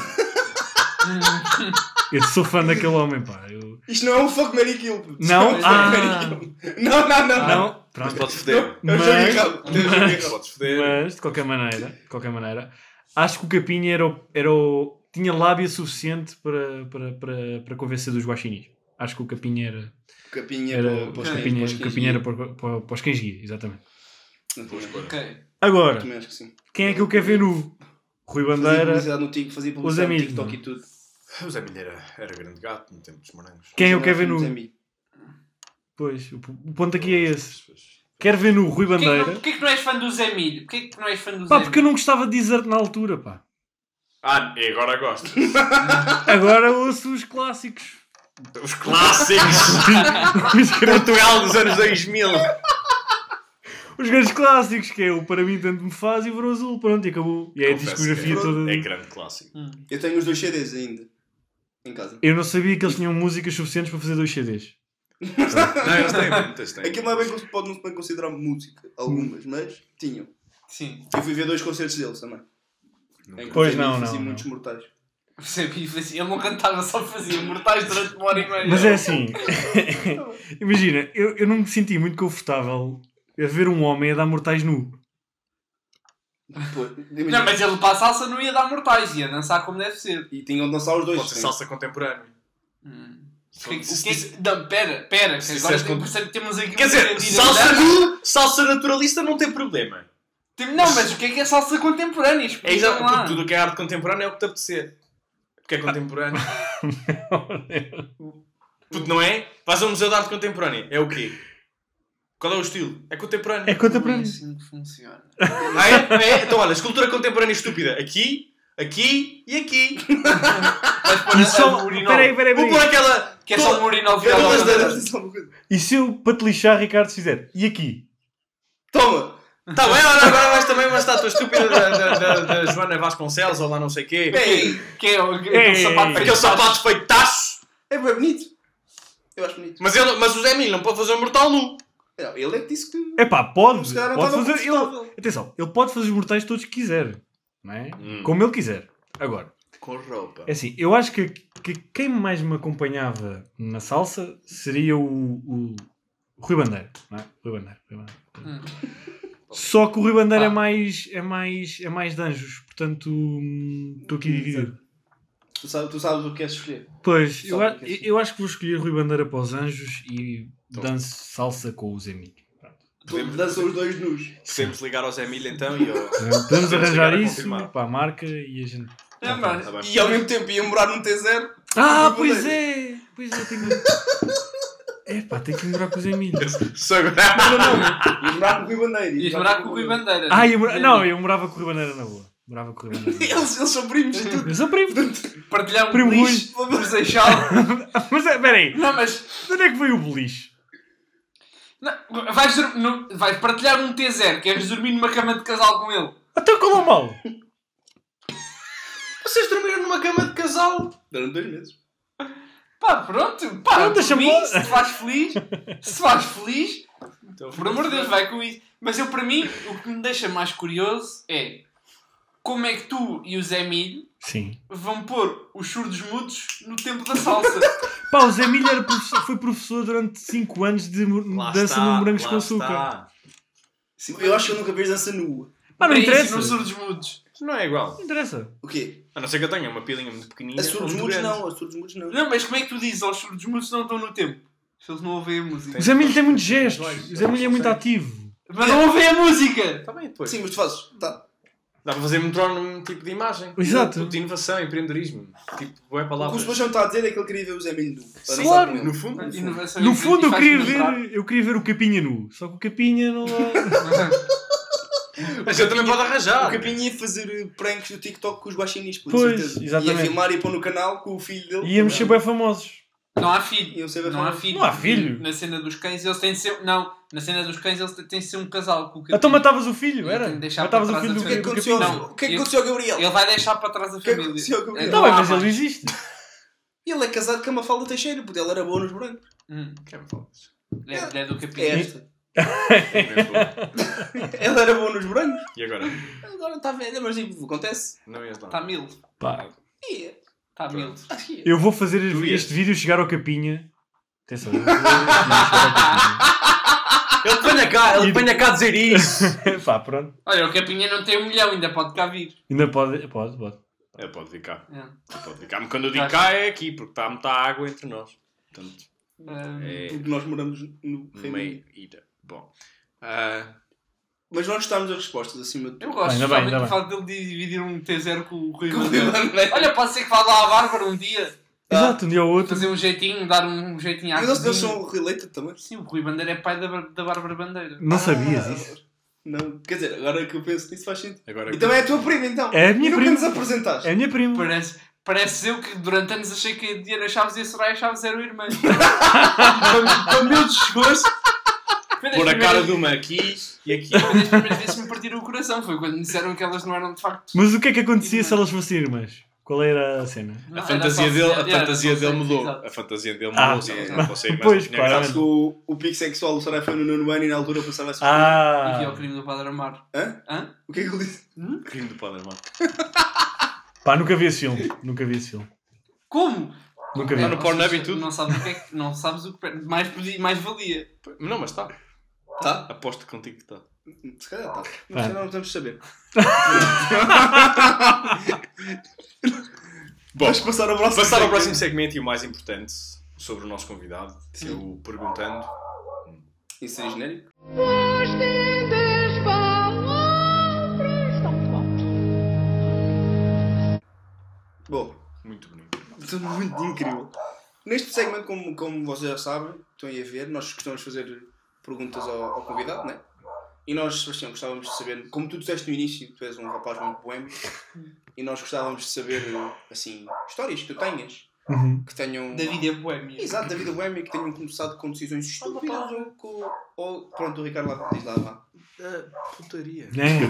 Eu sou fã daquele homem, pá. Eu... Isto não é um fuck Mary Kill. puto. Isto Não? é um fuck, Ah. marry, kill. Não, não, não. não. Não, pronto. Podes foder. Eu já Mas- vi errado. Eu já vi errado. Podes foder. Mas, de qualquer maneira, de qualquer maneira, acho que o Capinha era o, era o- tinha lábia suficiente para, para, para, para convencer dos guaxinins. Acho que o Capinha era, O Capinha era, para- o para os Capinha, cães, o para os Capinha era cães. para, para, para os cães guia, exatamente. Pois, pô. Ok. Agora, Também acho que sim. quem é que eu quero ver nu? Rui Bandeira. Fazia publicidade no TikTok, fazia Zé publicidade no Milho, TikTok não. e tudo. O Zé Milho era, era grande gato no tempo dos morangos. Quem é eu quero ver Zé nu? Milho. Pois, o p- o ponto aqui é esse. Quero ver nu Rui Porquê que, não, Bandeira. porquê que não és fã do Zé Milho? Porquê que não és fã do Pá, Zé porque eu não gostava de dizer na altura, pá. Ah, e agora gosto. Agora ouço os clássicos. Então, Os clássicos. Os grandes- Portugal dos anos 2000. Os grandes clássicos, que é o Para mim Tanto Me Faz e o Verão Azul. Pronto, e acabou. E é a Confesso discografia que é- toda. É grande clássico. Eu tenho os dois CDs ainda. Em casa. Eu não sabia que eles tinham músicas suficientes para fazer dois CDs. Não, eles têm muitas, têm. Aquilo não é bem, cons- pode não se bem considerar música, Hum. algumas, mas tinham. Sim. Eu fui ver dois concertos deles também. Em que Pois o Zé não, Milho não, fazia não. muitos mortais. Percebi, fazia- Ele não cantava, só fazia mortais durante uma hora e meia. Mas é assim, imagina, eu, eu não me senti muito confortável a ver um homem a dar mortais nu. Pô, é- Não, imagina. mas ele para a salsa não ia dar mortais, ia dançar como deve ser. E tinham de dançar os dois. Pode ser salsa contemporânea. Hum. Se- O que, o se- que é se- que- Não, pera, pera, que Se agora disseste tem- com- percebe que temos aqui Quer uma dizer, grande salsa identidade. nu, salsa naturalista não tem problema. Tem- Não, mas o que é que é salsa contemporânea? É Explica exato, lá. porque tudo o que é arte contemporânea é o que te apetecer. Porque é contemporâneo. Tudo não é? Vais a um museu de arte contemporânea. É o quê? Qual é o estilo? É contemporâneo. É É contemporâneo. assim que funciona. Ah, é? É? Então olha, escultura contemporânea estúpida. Aqui, aqui e aqui. E Mas só, peraí, peraí, Vou pôr peraí. aquela. Que é só um Toda- urinal virado ao Todas Todas as contrário. danças, é só uma coisa. E se eu patelixar, Ricardo, se fizer? E aqui? Toma! Tá bem, olha, agora vais também uma estátua estúpida da, da- da- da Joana Vasconcelos ou lá não sei quê. Ei, Que é o aquele Ei, sapato ei, Aquele sapato feito tacho. é bem bonito. Eu acho bonito. Mas, ele, mas o Zé Milho não pode fazer um mortal nu. Não, ele é que disse que. É pá, pode. Se calhar não pode estava fazer, ele, confortável. atenção, ele pode fazer os mortais todos que quiser. Não é? Hum. Como ele quiser. Agora, Com roupa. É assim, eu acho que, que quem mais me acompanhava na salsa seria o, o Rui Bandeira, não é? Rui Bandeira, Rui Bandeira. Hum. Só que o Rui Bandeira é Ah. mais é mais é mais de anjos, portanto hum, estou aqui dividido. Tu sabes, tu sabes o que queres escolher. Pois, eu, Só a- porque assim. eu acho que vou escolher Rui Bandeira para os anjos e danço salsa com os amigos. Pronto. Podemos- Dançam os dois nus. Podemos ligar ao Zé Milho então e ao. Podemos arranjar chegar a isso confirmar. para a marca e a gente. É, mas- Tá bem. E ao mesmo tempo ia morar num T0. Ah, Rui pois é! Pois é, tenho É pá, tenho que morar com os amigos. Só agora. Não, não, não. Ia morar com o Rui Bandeira. Ias morar com o Rui Bandeira. É Ah, eu mora... não, eu morava com o Rui Bandeira na boa. Morava com o Rui Bandeira. Eles, eles são primos e tudo. Eu sou primo. Partilhar um Primo lixo para o Seixal. Mas é, peraí, Não, mas... de onde é que veio o beliche? não, vais, dur- não, vais partilhar um T0, queres dormir numa cama de casal com ele. Até qual é o mal? Vocês dormiram numa cama de casal? Durante dois meses. Pá, pronto. Pá, Pronto, deixa-me por mim, lá. se te faz feliz, se te faz feliz, Então, por amor de Deus, vai com isso. Mas eu, para mim, o que me deixa mais curioso é como é que tu e o Zé Milho Sim. vão pôr os surdos mudos no tempo da salsa. Ah, Pá, o Zé Milho era professor- foi professor durante 5 anos de mo- Lá dança está, num brancos lá com açúcar. está. Sim, eu acho que eu nunca fiz dança nua. Pá, não Para isso, interessa. Não Não surdos mudos. Não é igual. interessa. O quê? A não ser que eu tenha uma pilinha muito pequenina. A surdos ou muito mudos grande. não, a surdos mudos não. Não, mas como é que tu dizes aos surdos mudos se não estão no tempo? Se eles não ouvem a música. O Zé Milho tem muitos gestos. O Zé Milho é muito ativo. Mas não ouvem a música! Está Tá bem, depois. Sim, mas tu fazes. Tá. Dá para fazer metrónomo tipo de imagem. Exato. Tipo de inovação, empreendedorismo. Tipo, é O que o palavras. Sebastião está a dizer é que ele queria ver o Zé Milho nu. Para dançar Claro. com ele. No fundo, no fundo. Inovação No e- fundo e eu é faz-me queria lembrar- ver, eu queria ver o Capinha nu. Só que o Capinha não dá. Mas eu também pode O arranjar. Capinha ia fazer eh, pranks do TikTok com os guaxinins, por Pois, certeza. exatamente. Ia filmar e pôr no canal com o filho dele. Íamos ser bem famosos. Não há filho. Iam ser bem Não há famosos. filho. Não há filho. Na cena dos cães eles têm de ser. Não, na cena dos cães eles têm de ser um casal com o Então Capinha. matavas o filho, era? Tenho de deixar Matavas o para trás filho do, O que é que do aconteceu, Capinha. Não. ao- o que é que eu- aconteceu ao Gabriel? Ele Então- vai deixar para trás que a é que família. aconteceu ao Gabriel? Tá Não bem, há mas ele mais. existe. Ele é casado com a Mafalda Teixeira, porque ela era boa nos brancos. Hum, Quem me fala disso? é a mulher do Capinha. É esta. Primeiro ponto. ela era boa nos brancos. E agora? Agora está velha, mas tipo, acontece. Não ias lá. Tá Está mil. Pá, E é. Está mil. Eu vou fazer Tu ias. este vídeo chegar ao Capinha. Atenção. eu vou- eu vou chegar Ele apanha cá, ele E- apanha cá dizer isso. ao Capinha. Pá, pronto. Olha, o Capinha não tem um milhão, ainda pode cá vir. Ainda pode, pode, pode. Ele pode vir cá. É. Ele pode vir cá. Mas quando eu digo cá é aqui, porque está muita água entre nós. Portanto, Ah, é Porque nós moramos no Reino Unido. meio ida. Bom. Ah, Mas nós gostávamos das respostas, acima de Eu tudo. gosto, Ainda ainda bem, ainda do facto dele dividir um T0 com o Rui Com o Manuel. Manuel. Olha, pode ser que vá lá à Bárbara um dia Ah. Exato, um dia ou outro. fazer um jeitinho, dar um jeitinho à Mas eles, eles cozinha. são related também. Sim, o Rui Bandeira é pai da, Bar- da Bárbara Bandeira. Não Ah, sabias isso? Não, quer dizer, agora que eu penso nisso faz sentido. agora E também é a tua prima, então. É a minha E nunca prima. nos apresentaste. É a minha prima. Parece, parece eu que durante anos achei que a Diana Chaves e a Soraya Chaves eram irmãs. Para- Para o meu desgosto. foi das pôr é a cara primeiras- de uma aqui e aqui. Foi das primeiras vezes que me partiram o coração. Foi quando me disseram que elas não eram de facto. Mas o que é que acontecia se elas fossem irmãs? Qual era a cena? Não, A era fantasia só- dele, a era- fantasia era só- dele mudou. exato. A fantasia dele Ah, mudou. se elas não fossem irmãs, pois, tinha graça. Sabes que o, o pico sexual do Sarai foi no nono ano e na altura eu pensava assim. E vi o Ah! crime do Padre Amar. Hã? Hã? O que é que ele disse? Crime do Padre Amaro. Pá, nunca vi esse filme. Nunca vi esse filme. Como? É, Nunca vi. Não, Tá Ou no Pornhub seja, e tudo. Não sabes o que é que. Não sabes o que. per- Mais, podia- mais valia. Não, mas está. Tá? Aposto contigo que está. Se calhar tá. Mas Ah. se calhar não temos de saber. Bom, Vamos passar ao próximo. passar ao segmento. próximo segmento e o mais importante sobre o nosso convidado, que é o perguntando. Isso é genérico? As tendas palavras tão fortes. Bom, Muito bonito. tudo muito incrível. Neste segmento, como, como vocês já sabem, estão aí a ver, nós gostamos de fazer perguntas ao, ao convidado, né? E nós, Sebastião, gostávamos de saber, como tu disseste no início, tu és um rapaz muito boêmio, e nós gostávamos de saber, assim, histórias que tu tenhas, Uhum. que tenham. Da vida é boémia. Exato, da vida boêmia, que tenham começado com decisões estúpidas ou com. Ou, pronto, o Ricardo lá, diz lá, lá. Putaria. É. Né?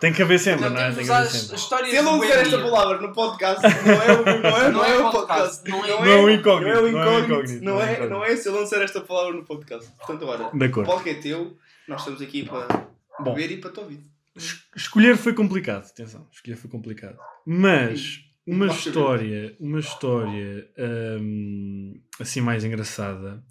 Tem que haver sempre, Não não é? temos Tem que usar haver as sempre. histórias Se ele não do disser esta Emir. palavra no podcast, não é o, não é, não é o podcast. não é- Não é o incógnito. Não é o Não é o incógnito. incógnito, Não é, não é se ele não disser esta palavra no podcast. Portanto, agora, De o acordo. palco é teu, nós estamos aqui para Bom. beber e para te ouvir. Escolher foi complicado, atenção, escolher foi complicado. Mas uma Nossa, história, uma história hum, assim mais engraçada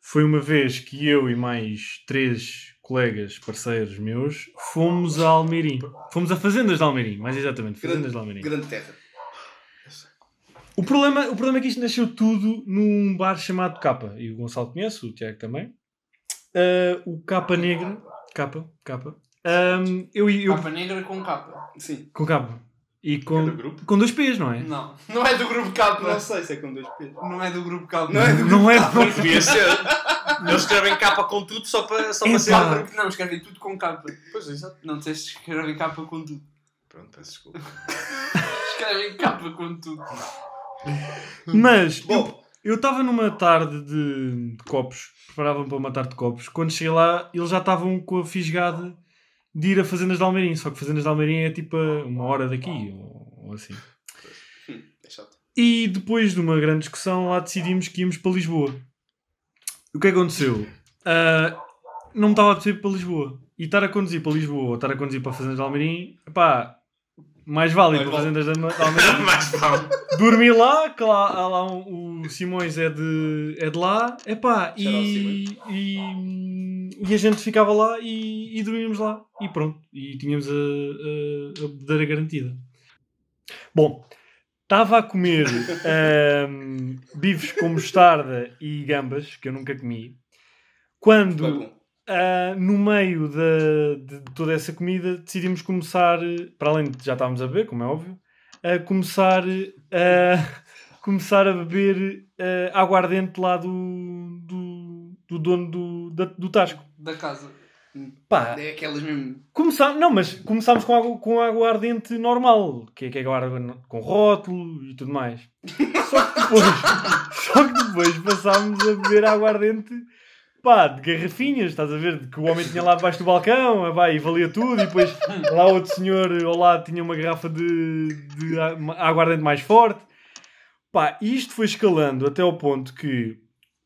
foi uma vez que eu e mais três colegas parceiros meus fomos a Almeirim. Fomos a Fazendas de Almeirim, mais exatamente, Fazendas de Almeirim. Grande terra. O problema, o problema é que isto nasceu tudo num bar chamado Capa. E o Gonçalo conhece, o Tiago também. Ah, o Capa Negra. Capa, Capa. Ahm, eu, eu, Capa negra com capa. Sim. com Capa. E É do com, grupo? com dois P's, não é? Não. Não é do grupo capa. Não sei se é com dois P's. Não é do grupo capa. Não é do- Não é Mas devia ser. Eles escrevem capa com tudo só para, só para ser. Epá. algo. Porque não, escrevem tudo com capa. Pois, exato. Não disseste que escrevem capa com tudo. Pronto, peço desculpa. Escrevem capa com tudo. Mas Bom, eu estava numa tarde de, de copos, preparavam para uma tarde de copos. Quando cheguei lá, eles já estavam com a fisgada de ir a Fazendas de Almeirim. Só que Fazendas de Almeirim é tipo a uma hora daqui, ou- ou assim. é chato. E depois de uma grande discussão, lá decidimos que íamos para Lisboa. O que é que aconteceu? Ah, não me estava a perceber para Lisboa. E estar a conduzir para Lisboa ou estar a conduzir para Fazendas de Almeirim, pá, mais vale ir Mais para vale. Fazendas de Almeirim. Mas vale. Dormi lá, que lá, há lá um- o Simões é de, é de lá, epá, Shout out e, e, e a gente ficava lá e, e dormíamos lá, e pronto, e tínhamos a, a, a bebedeira garantida. Bom, estava a comer ahm, bifes com mostarda e gambas, que eu nunca comi, quando... Vai bom. Ah, no meio da- de, toda essa comida, decidimos começar, eh, para além de já estávamos a beber, como é óbvio, a começar, eh, a começar a beber eh, aguardente lá do, do, do dono do, da- do Tasco. Da casa. Pá, É aquelas mesmo. começámos, não, mas começámos com água, com aguardente normal, que é que é água com rótulo e tudo mais. Só que depois, só que depois passámos a beber aguardente pá, de garrafinhas, estás a ver? De que o homem tinha lá debaixo do balcão, ah, pá, e valia tudo, e depois lá outro senhor ao lado tinha uma garrafa de, de a- uma aguardente mais forte. Pá, e isto foi escalando até ao ponto que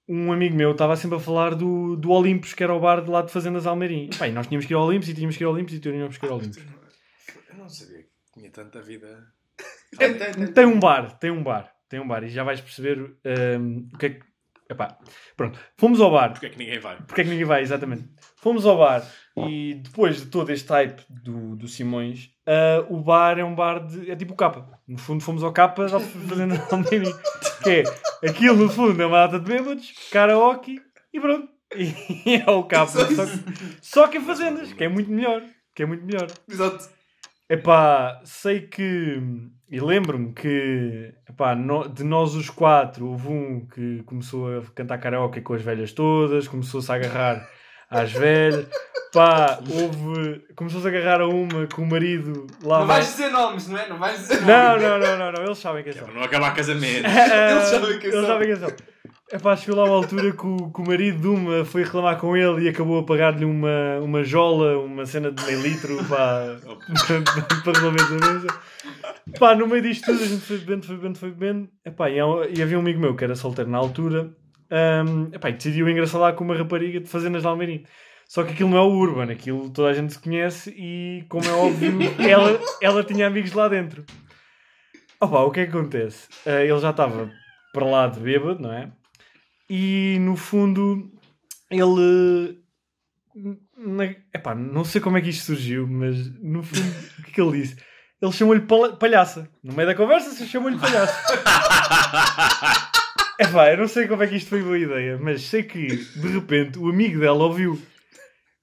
um amigo meu estava sempre a falar do, do Olympus, que era o bar de lá de Fazendas Almeirim. Pá, e nós tínhamos que ir ao Olympus, e tínhamos que ir ao Olympus, e tínhamos que ir ao Olympus. Eu não sabia que tinha tanta vida. Tem, tem, tem. Tem um bar, tem um bar, tem um bar, e já vais perceber hum, o que é que... Epá, pronto, fomos ao bar, Porque é que ninguém vai? porque é que ninguém vai, exatamente. Fomos ao bar e depois de todo este hype do, do Simões, ah, o bar é um bar de. é tipo o capa. No fundo, fomos ao capa já fazendo a Almeirim. Que é aquilo, no fundo, é uma data de bêbados, karaoke e pronto. E é o capa. Só que, só que em fazendas, que é muito melhor. Que é muito melhor. Exato. Epá, sei que. E lembro-me que epá, no- de nós os quatro houve um que começou a cantar karaoke com as velhas todas, começou-se a agarrar às velhas. Pá, houve. Começou-se a agarrar a uma com o marido lá. Não vai- vais dizer nomes, não é? Não vais dizer nomes. Oh, Não, não, não, não, não, eles sabem quem É são. para não acabar casamento. Eles sabem quem são. sabem quem são. Epá, chegou lá uma altura que o, que o marido de uma foi reclamar com ele e acabou a pagar-lhe uma, uma jola, uma cena de meio litro pá, para, para resolver a mesa. Pá, no meio disto tudo a gente foi bebendo, foi bebendo, foi bebendo. Epá, e, há- e havia um amigo meu que era solteiro na altura hum, epá, e decidiu engraçar lá com uma rapariga de fazendas de Almeirim. Só que aquilo não é o Urban, aquilo toda a gente se conhece e, como é óbvio, ela, ela tinha amigos lá dentro. Opa, o que é que acontece? Ah, ele já estava para lá de bêbado, não é? E no fundo ele. Na... Epá, não sei como é que isto surgiu, mas no fundo, o que é que ele disse? Ele chamou-lhe pala- palhaça. No meio da conversa, se chamou-lhe palhaça. Epá, eu não sei como é que isto foi boa ideia, mas sei que de repente o amigo dela ouviu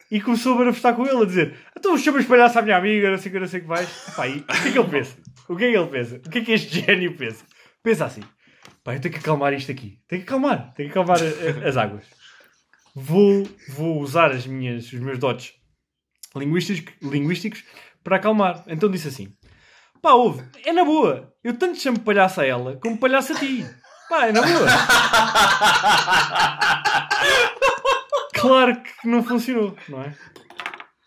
e começou a barafustar com ele, a dizer: Então chamas palhaça à minha amiga, não sei o que, não sei o que vais. Epá, e o que é que ele pensa? O que é que ele pensa? O que é que este gênio pensa? Pensa assim: Pá, eu tenho que acalmar isto aqui. Tenho que acalmar, tenho que acalmar a- a- as águas. Vou, vou usar as minhas, os meus dotes linguísticos, linguísticos para acalmar. Então disse assim: Pá, ouve, é na boa. Eu tanto chamo palhaça a ela como palhaça a ti. Pá, é na boa. Claro que não funcionou, não é?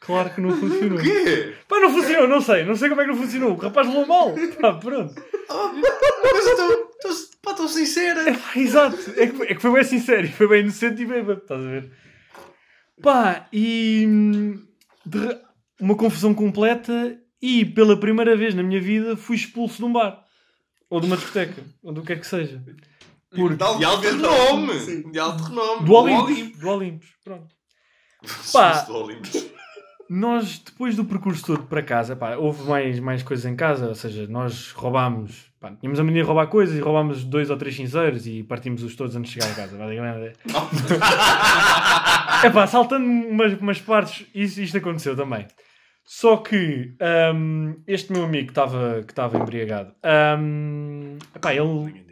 Claro que não funcionou. Quê? Pá, não funcionou, não sei. Não sei como é que não funcionou. O rapaz levou mal. Pá, pronto. Mas eu estou. Pá, estou sincera. Pá, Exato, é que, foi- é que foi bem sincero, e foi bem inocente e bem, bem- estás a ver? Pá, e hum, de re- uma confusão completa e pela primeira vez na minha vida fui expulso de um bar. Ou de uma discoteca, ou do que é que seja. Porque- Dá-lhe De alto um vento. renome. Sim. De alto renome. Do Olimpo. Do Olimpo, pronto. Pá. Do Olimpo. Nós, depois do percurso todo para casa, pá, houve mais, mais coisas em casa, ou seja, nós roubámos, pá, tínhamos a mania de roubar coisas e roubámos dois ou três cinzeiros e partimos-os todos antes de chegar a casa. basicamente. É pá, saltando umas, umas partes, isso, isto aconteceu também. Só que hum, este meu amigo que estava que estava embriagado, hum, epá, ele.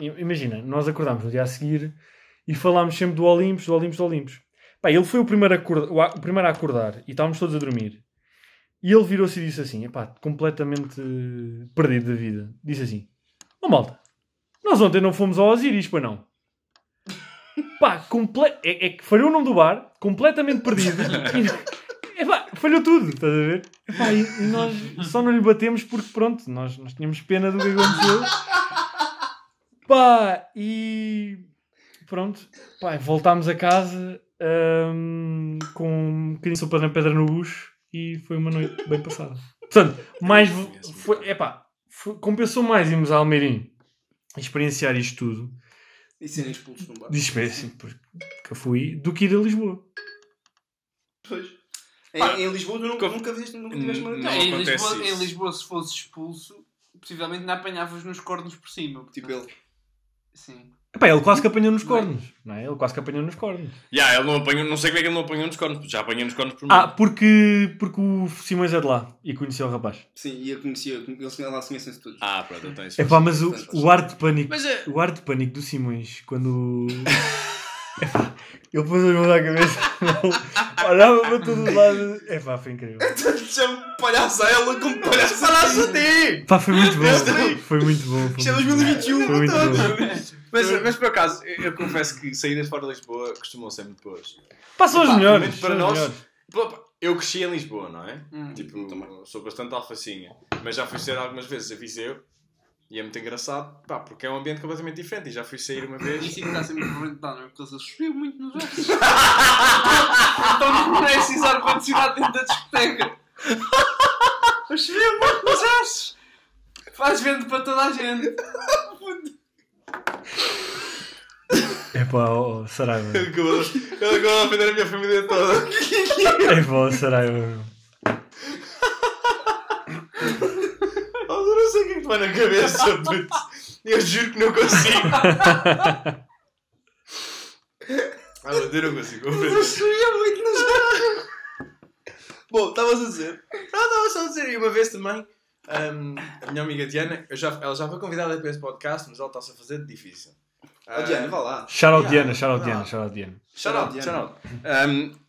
i- Imagina, nós acordámos no dia a seguir e falámos sempre do Olimpos, do Olimpos, do Olimpos. Pá, ele foi o primeiro, a acorda- o a- o primeiro a acordar e estávamos todos a dormir. E ele virou-se e disse assim: epá, completamente perdido da vida. Disse assim: Ó malta, nós ontem não fomos ao Osiris, pois não? Pá, comple... é, é que falhou o nome do bar, completamente perdido. E- epá, falhou tudo, estás a ver? Epá, e e nós só não lhe batemos porque, pronto, nós, nós tínhamos pena do que aconteceu. Pá, e. Pronto, pá, voltámos a casa hum, com um bocadinho de sopa na pedra no bucho e foi uma noite bem passada. Portanto, mais. vo- Foi, epá, foi- compensou mais irmos a Almeirim experienciar isto tudo E serem expulsos de um bar. de espécie, é assim, porque que eu fui, do que ir a Lisboa. Pois. Em, em Lisboa tu nunca, Como- nunca fizeste, nunca tiveste uma Não. daquelas. em, acontece Lisboa, isso. em Lisboa, se fosse expulso, possivelmente ainda apanhavas nos cornos por cima. portanto, Tipo ele. Sim. Epá, ele quase que apanhou nos cornos, não é? Ele quase que apanhou nos cornos. Já, ele não apanhou, não sei como é que ele não apanhou nos cornos, já apanhou nos cornos por mim. Ah, porque, porque o Simões é de lá e conheceu o rapaz. Sim, e eu conhecia, eles lá se conhecem-se todos. Ah, pronto, então isso. Epá, mas o, o ar de pânico, Mas é. o ar de pânico do Simões, quando... Epá, ele pôs a mão na cabeça, olhava para todo lado, epá, foi incrível. Chama-me palhaço a ela como palhaço a ti! Pá, foi muito bom, foi muito bom. Isto é Foi muito bom. 2021, Foi muito todos. bom. Mas, é- mas por acaso, eu, eu confesso que saídas fora de Lisboa costumam ser muito boas. Pá, são os Epá, melhores, muito são para os nós. melhores. Pô, pá, Eu cresci em Lisboa, não é? Hum. tipo, também. sou bastante alfacinha, mas já fui sair algumas vezes a Viseu e é muito engraçado, pá, porque é um ambiente completamente diferente. E já fui sair uma E vez. assim que está sempre apresentado, não é? Porque ele subiu muito nos ossos. então não mereces ar-condicionado dentro da discoteca. Mas subiu muito nos ossos. Faz vento para toda a gente. Epá, oh, Saraiva. Ele acabou ele acabou de ofender a minha família toda. Epá, Saraiva, meu. Oh, eu não sei o que é que te vai na cabeça, puto. Eu juro que não consigo. Ah, eu não consigo. compreender. Bom, estavas a dizer. Ah, Não, estava só a dizer. E uma vez também, hum, a minha amiga Diana, eu já, ela já foi convidada para esse podcast, mas ela está-se a fazer de difícil. Ó Ah, Oh, Diana, vá lá. Shout out Yeah, Diana, shout out não. Diana, shout out Diana. Shout out, shout out.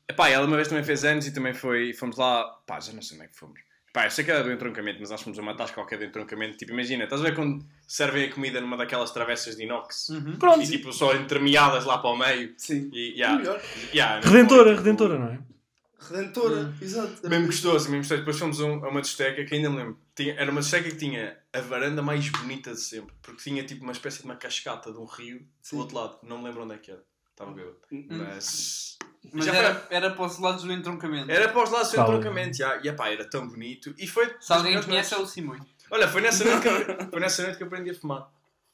Um, pá, ela uma vez também fez anos e também foi, fomos lá, pá, já não sei onde é que fomos. Pá, eu sei que era do entroncamento, mas nós fomos a uma tasca qualquer do entroncamento. Tipo, imagina, estás a ver quando servem a comida numa daquelas travessas de inox? Uhum. Pronto. E tipo, só entremeadas lá para o meio. Sim. E, yeah, Melhor. yeah, não foi, Redentora, tipo, redentora, não é? Redentora, exato. Mesmo gostoso, mesmo gostoso. Depois fomos a, um- a uma discoteca que ainda me lembro. Tinha- era uma discoteca que tinha a varanda mais bonita de sempre, porque tinha tipo uma espécie de uma cascata de um rio Sim. do outro lado. Não me lembro onde é que era. Estava bêbado. Mas. Mas Já era, era para os lados do entroncamento. Era para os lados do Sabe. entroncamento, já. E epá, era tão bonito. E foi. Se alguém das melhores conhece é o Simões. noites. Olha, foi nessa, noite que eu, foi nessa noite que eu aprendi a fumar.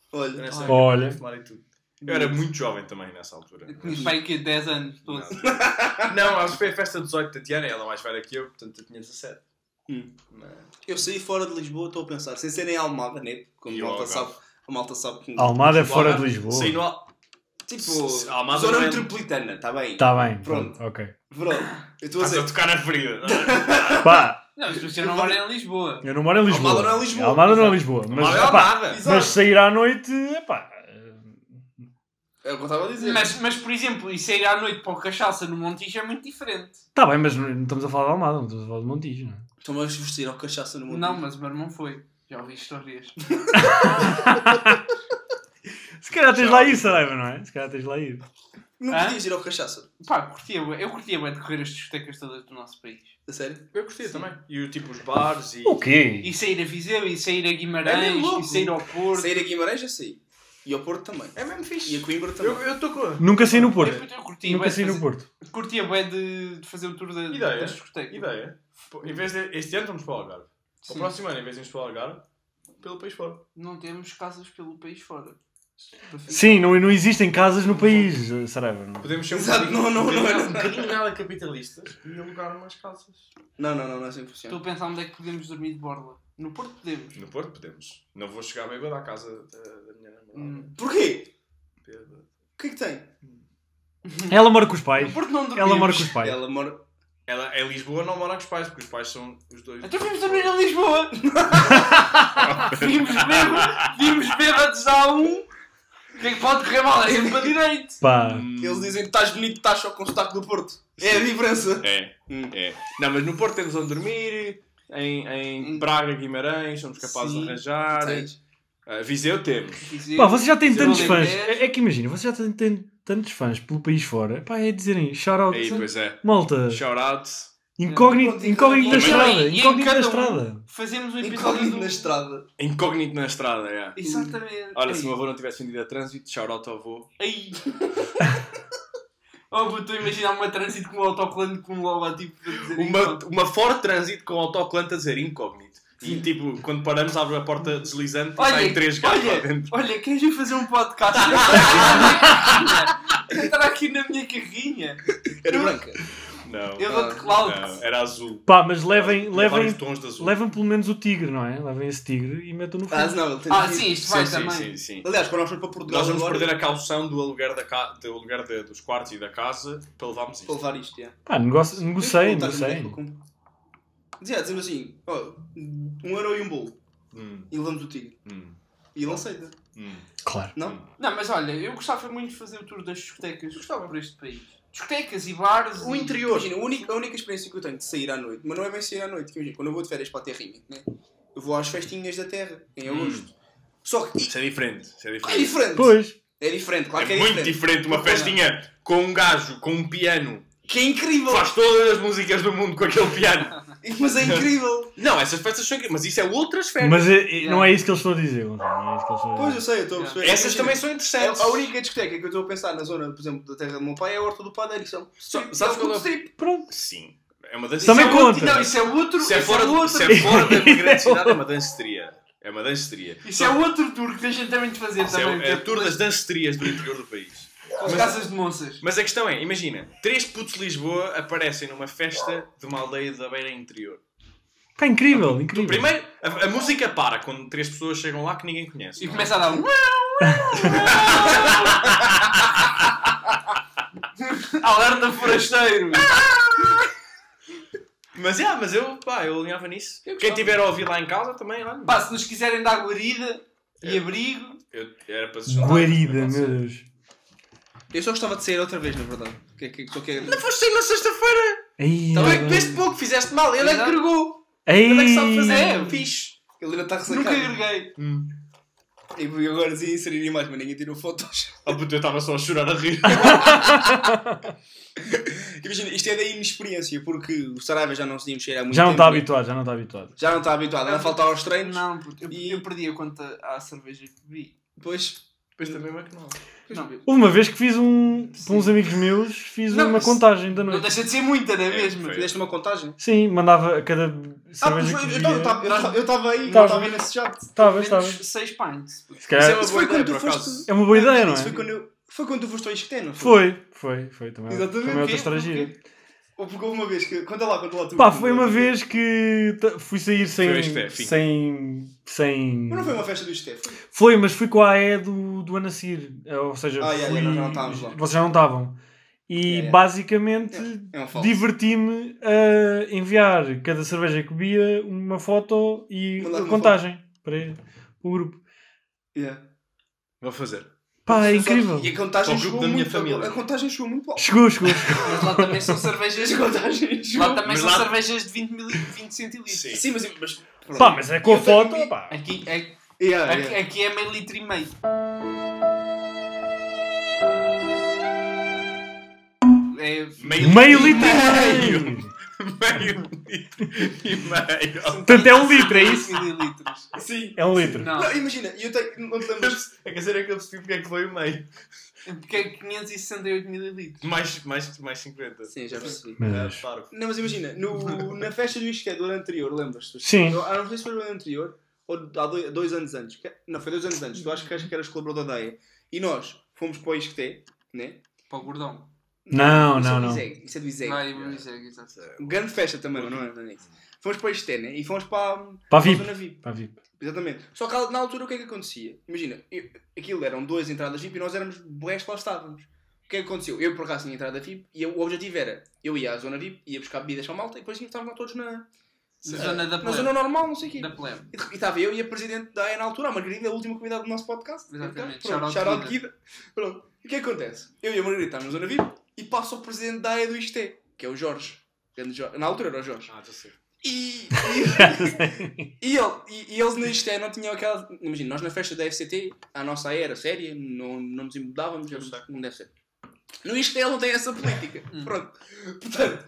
Foi Olha, nessa noite que eu aprendi Olha. a fumar e tudo. Eu era muito jovem também nessa altura. Ah, Eu Tinha pai que 10 anos todos. Não, acho que foi a festa de 18 da Tiana, ela é mais velha que eu, portanto eu tinha 17. Hum. Mas- eu saí fora de Lisboa, estou a pensar, sem ser em Almada, né? Como E a malta logo. sabe, a malta sabe que. Almada é fora Olá, de Lisboa. Saí no Al- Tipo, S- Almada zona não é- metropolitana, está bem? Tá bem, Pronto. pronto, ok. Pronto, eu estou a Estás a dizer. tocar na ferida. não é? Pá, Não, as pessoas já não moram em Lisboa. eu não moro em Lisboa. Almada não é Lisboa. Almada não é Lisboa. Mas, Não é epá, nada. mas sair à noite, epá. Era é o que eu estava a dizer. Mas, mas, por exemplo, e sair à noite para o cachaça no Montijo é muito diferente. Tá bem, mas não não estamos a falar de Almada, não estamos a falar de Montijo, não é? Estão a vestir ao cachaça no mundo. Não, mas o meu irmão foi. Já ouvi histórias. Se calhar tens lá isso, Saraiva, não é? Se calhar tens lá isso. Não Hã? podias ir ao cachaça. Pá, curtia, bué- eu curtia bem de correr as discotecas todas do nosso país. A sério? Eu curtia também. E o tipo, os bares e. O quê? E sair a Viseu, e sair a É mesmo Guimarães, louco. e sair ao Porto. Sair a Guimarães já saí. E ao Porto também. É mesmo E fixe. a Coimbra também. Eu eu estou com. Nunca saí no Porto. Eu, eu curtia Nunca bué saí de no fazer, Porto. curtia bué de, de fazer o tour da, Ideia. das discotecas. Ideia. Pô, Em vez de, este ano vamos para o Algarve. O Sim. próximo ano, em vez de irmos para o Algarve, pelo país fora. Não temos casas pelo país fora. Sim, não, não existem casas no país, eh, Saraiva. não. Podemos ser um Exato, bocadinho- não, não, podemos não. ser um bocadinho nada capitalistas e alugar umas casas. Não, não, não, não é assim que Estou funciona. a pensar onde é que podemos dormir de borla. No Porto podemos. No Porto podemos. Não vou chegar bêbado à casa da, da minha namorada. Hum. Porquê? Bêbado. O que é que tem? Ela mora com os pais. No Porto não dormimos. Ela mora com os pais. Ela mora. Ela em Lisboa não mora com os pais, porque os pais são os dois. Então vimos dormir em Lisboa. vimos, bêbados, vimos bêbados a um. O que é que pode correr mal? É sempre para direito. Pá. Eles dizem que estás bonito, estás só com o sotaque do Porto. É a diferença. É, Hum. é. Não, mas no Porto temos onde dormir, em, em Braga, Guimarães, somos capazes Sim, de arranjar. Tens. Ah, Viseu temos. Pá, vocês já têm Dizer tantos onde é fãs. que és. É é que imagina, vocês já têm- têm tantos fãs pelo país fora. Pá, é dizerem shout out. Aí, pois é. Malta, Shout out. incógnito, incógnito da E- estrada. e em Incógnito da cada um estrada. Fazemos um episódio Incógnito do... na estrada. Incógnito na estrada, é. Exatamente. Olha, Ei, se o meu avô não tivesse vendido a trânsito, shout out ao avô. Ei. oh, puto, estou a imaginar uma trânsito com um autocolante com um logotipo para dizer Uma, isso. uma Ford Transit com autocolante a dizer incógnito. E tipo, quando paramos, abre a porta deslizante e Olha, saem três gatos lá olha, dentro. olha, queres ir fazer um podcast? Eu estou aqui na minha carrinha. Era branca. Não, Eu dou-te não, cloud. era azul. Pá, mas levem, os levem, tons de azul. levem pelo menos o tigre, não é? Levem esse tigre e metam no Ah, fundo. não, ele tem Ah, que ir. sim, isto sim, vai sim, também. sim, sim. Aliás, quando nós formos para Portugal, Nós vamos agora, perder a calção do aluguer, da ca... do aluguer de- dos quartos e da casa para levarmos é para isto. levar isto. Yeah. Pá, negocio- Tens negociei, que perguntar negociei. como é que eu compro. Dizia, dizendo assim: ó, um euro e um bolo. Hum, E levamos o tigre. hum, E ele aceita. hum. Claro. Não? Não, mas olha, eu gostava muito de fazer o tour das discotecas. Gostava por este país. Discotecas e bares. O e- interior. Imagina, a única, a única experiência que eu tenho de sair à noite, mas não é bem sair à noite, que imagina, quando eu vou de férias para a terrinha, né? eu vou às festinhas da terra, em Hum. agosto. Só que Isso é diferente. Isso é é diferente. diferente. Pois. É diferente, claro que é é muito diferente. diferente uma festinha com um gajo, com um piano. Que é incrível! Faz todas as músicas do mundo com aquele piano. Mas é incrível! Não, essas festas são. Mas isso é outras férias. Mas eh, eh, não é isso que eles estão a dizer, Gonçalo, não é isso que eles estão a pois dizer. eu sei, eu estou a perceber. Essas também são É, interessantes. a única discoteca que eu estou a pensar na zona, por exemplo, da terra do meu pai é a Horta do Padeiro. Isso é um strip. sabes É um qual é o- strip. Pronto. Sim. É uma dança. Também Isso é conta. Não, tipo? isso é outro. Se é fora, outro, se é fora da grande cidade, é uma danceteria. É uma danceteria. Isso é outro tour que a gente também de fazer Isso é o- também. é É, o tour das danceterias do interior do país. As casas de moças. Mas a questão é, imagina, três putos de Lisboa aparecem numa festa de uma aldeia da beira interior. Pá, incrível, incrível. Primeiro, a, a música para quando três pessoas chegam lá que ninguém conhece. E não é? começa a dar um. Alerta forasteiro! Mas, yeah, mas eu, pá, eu alinhava nisso. Eu Quem gostava. tiver a ouvir lá em casa também, olha. Pá, se nos quiserem dar guarida e abrigo. Eu, era um para se Guarida, meu Deus. Eu só gostava de sair outra vez, na verdade. Que, é que, que, que... Não foste sair na sexta-feira! Aí, Tu é que bebeste pouco, fizeste mal, ele é que Exato. gregou! Ele é que sabe fazer, Aí. é, fixe! Ele ainda está ressacado. Nunca agreguei. E agora dizia inserir imagem, mas ninguém tirou fotos. Oh, puto, eu estava só a chorar a rir. Imagina, isto é da inexperiência, porque o Saraiva já não se mexer há muito Já não tempo. está habituado, já não está habituado. Já não está habituado, ainda falta aos treinos. Não, puto, eu, E- eu perdi a conta à cerveja que bebi. Depois. Depois também é que não. Não, Houve uma vez que fiz um. Para uns amigos meus, fiz Não, uma mas- contagem da não noite. deixa de ser muita, não é, É, mesmo? foi. Fizeste uma contagem? Sim, mandava a cada cerveja que bebia. Ah, eu estava aí, Tava. estava aí nesse chat. Estava, estava. Menos 6 pints. Se calhar- Isso Isso foi quando tu por acaso. foste. É uma boa ideia, não Isso foi é? quando eu- Foi quando tu foste ao Isqueté, não foi? Foi, foi, foi também. Exatamente, Também é, outra história gira. Ou porque houve uma vez que. Conta lá, conta lá tu. é Pá, foi uma vez que ta- fui sair Foi sem. isto, é, fim. Sem. Sem. Mas não foi uma festa do Isqueté, foi? Foi, mas fui com a AE do, do ano a seguir. Ou seja, Ah, yeah, fui- yeah, nós já não estávamos lá. vocês já não estavam. E yeah. basicamente É um falso. diverti-me a enviar cada cerveja que bebia uma foto e Mandar a uma contagem para o grupo. Yeah. Vou fazer. Pá, é Só- incrível. E a contagem Ao grupo chegou da minha muito. família. A contagem chegou muito alto. Chegou, chegou. chegou. Mas lá também são cervejas. A contagem chegou. lá também Mas são lá- cervejas de 20, mil, 20 centilitros. Sim. Sim, mas. mas pronto. Pá, mas é com a Eu tenho- foto, pá. Aqui, é- Yeah, yeah. aqui, aqui é meio litro e meio. é. Meio litro e e meio! meio litro e meio! Portanto, é um litro, é isso? Mililitros. Sim. É um litro. Não, Não, imagina, eu tenho. Não te lembras? É quer dizer, é que eu percebi porque é que foi o meio. porque é 568 mililitros. Mais, mais, mais 50. Sim, já percebi. Ah, Mas- claro. Não, mas imagina, no, na festa do Isqué do ano anterior, lembras-te? Sim. Eu- Ah, não sei se foi no ano anterior ou há dois, dois anos antes. Que- Não, foi dois anos antes. Tu acho que acho que eras colaborador da AEA. E nós fomos para o Isqueté, né? Para o gordão. Não, Isso é não, do não. Izeg, Isso é do Izeg. Não, eu me dizer, exato. Grande festa também, mas não é, não é isso. Fomos para o Isqueté, né? E fomos para, Para a a VIP. zona VIP. Para a VIP. Exatamente. Só que na altura o que é que acontecia? Imagina, eu- aquilo eram duas entradas VIP e nós éramos boés que lá estávamos. O que é que aconteceu? Eu por acaso tinha entrada VIP e eu- o objetivo era, eu ia à zona VIP, ia buscar bebidas para a malta e depois estávamos lá todos na, Na zona da na zona plebe. normal, não sei o quê. Da plebe. E e estava eu e a presidente da AE na altura, a Margarida, a última convidada do nosso podcast. Exatamente. Então, Pronto, Shout shout out out Guida. Pronto. E o que é que acontece? Eu e a Margarida estávamos na zona VIP e passa o presidente da AE do ISTE, que é o Jorge. Grande Jorge. Na altura era o Jorge. Ah, já sei. E, e, e ele- e- e eles na Isté não tinham aquela. Imagina, nós na festa da FCT, a nossa era séria, não, não nos mudávamos, era como deve ser. No Isté ele não tem essa política. Pronto. Portanto,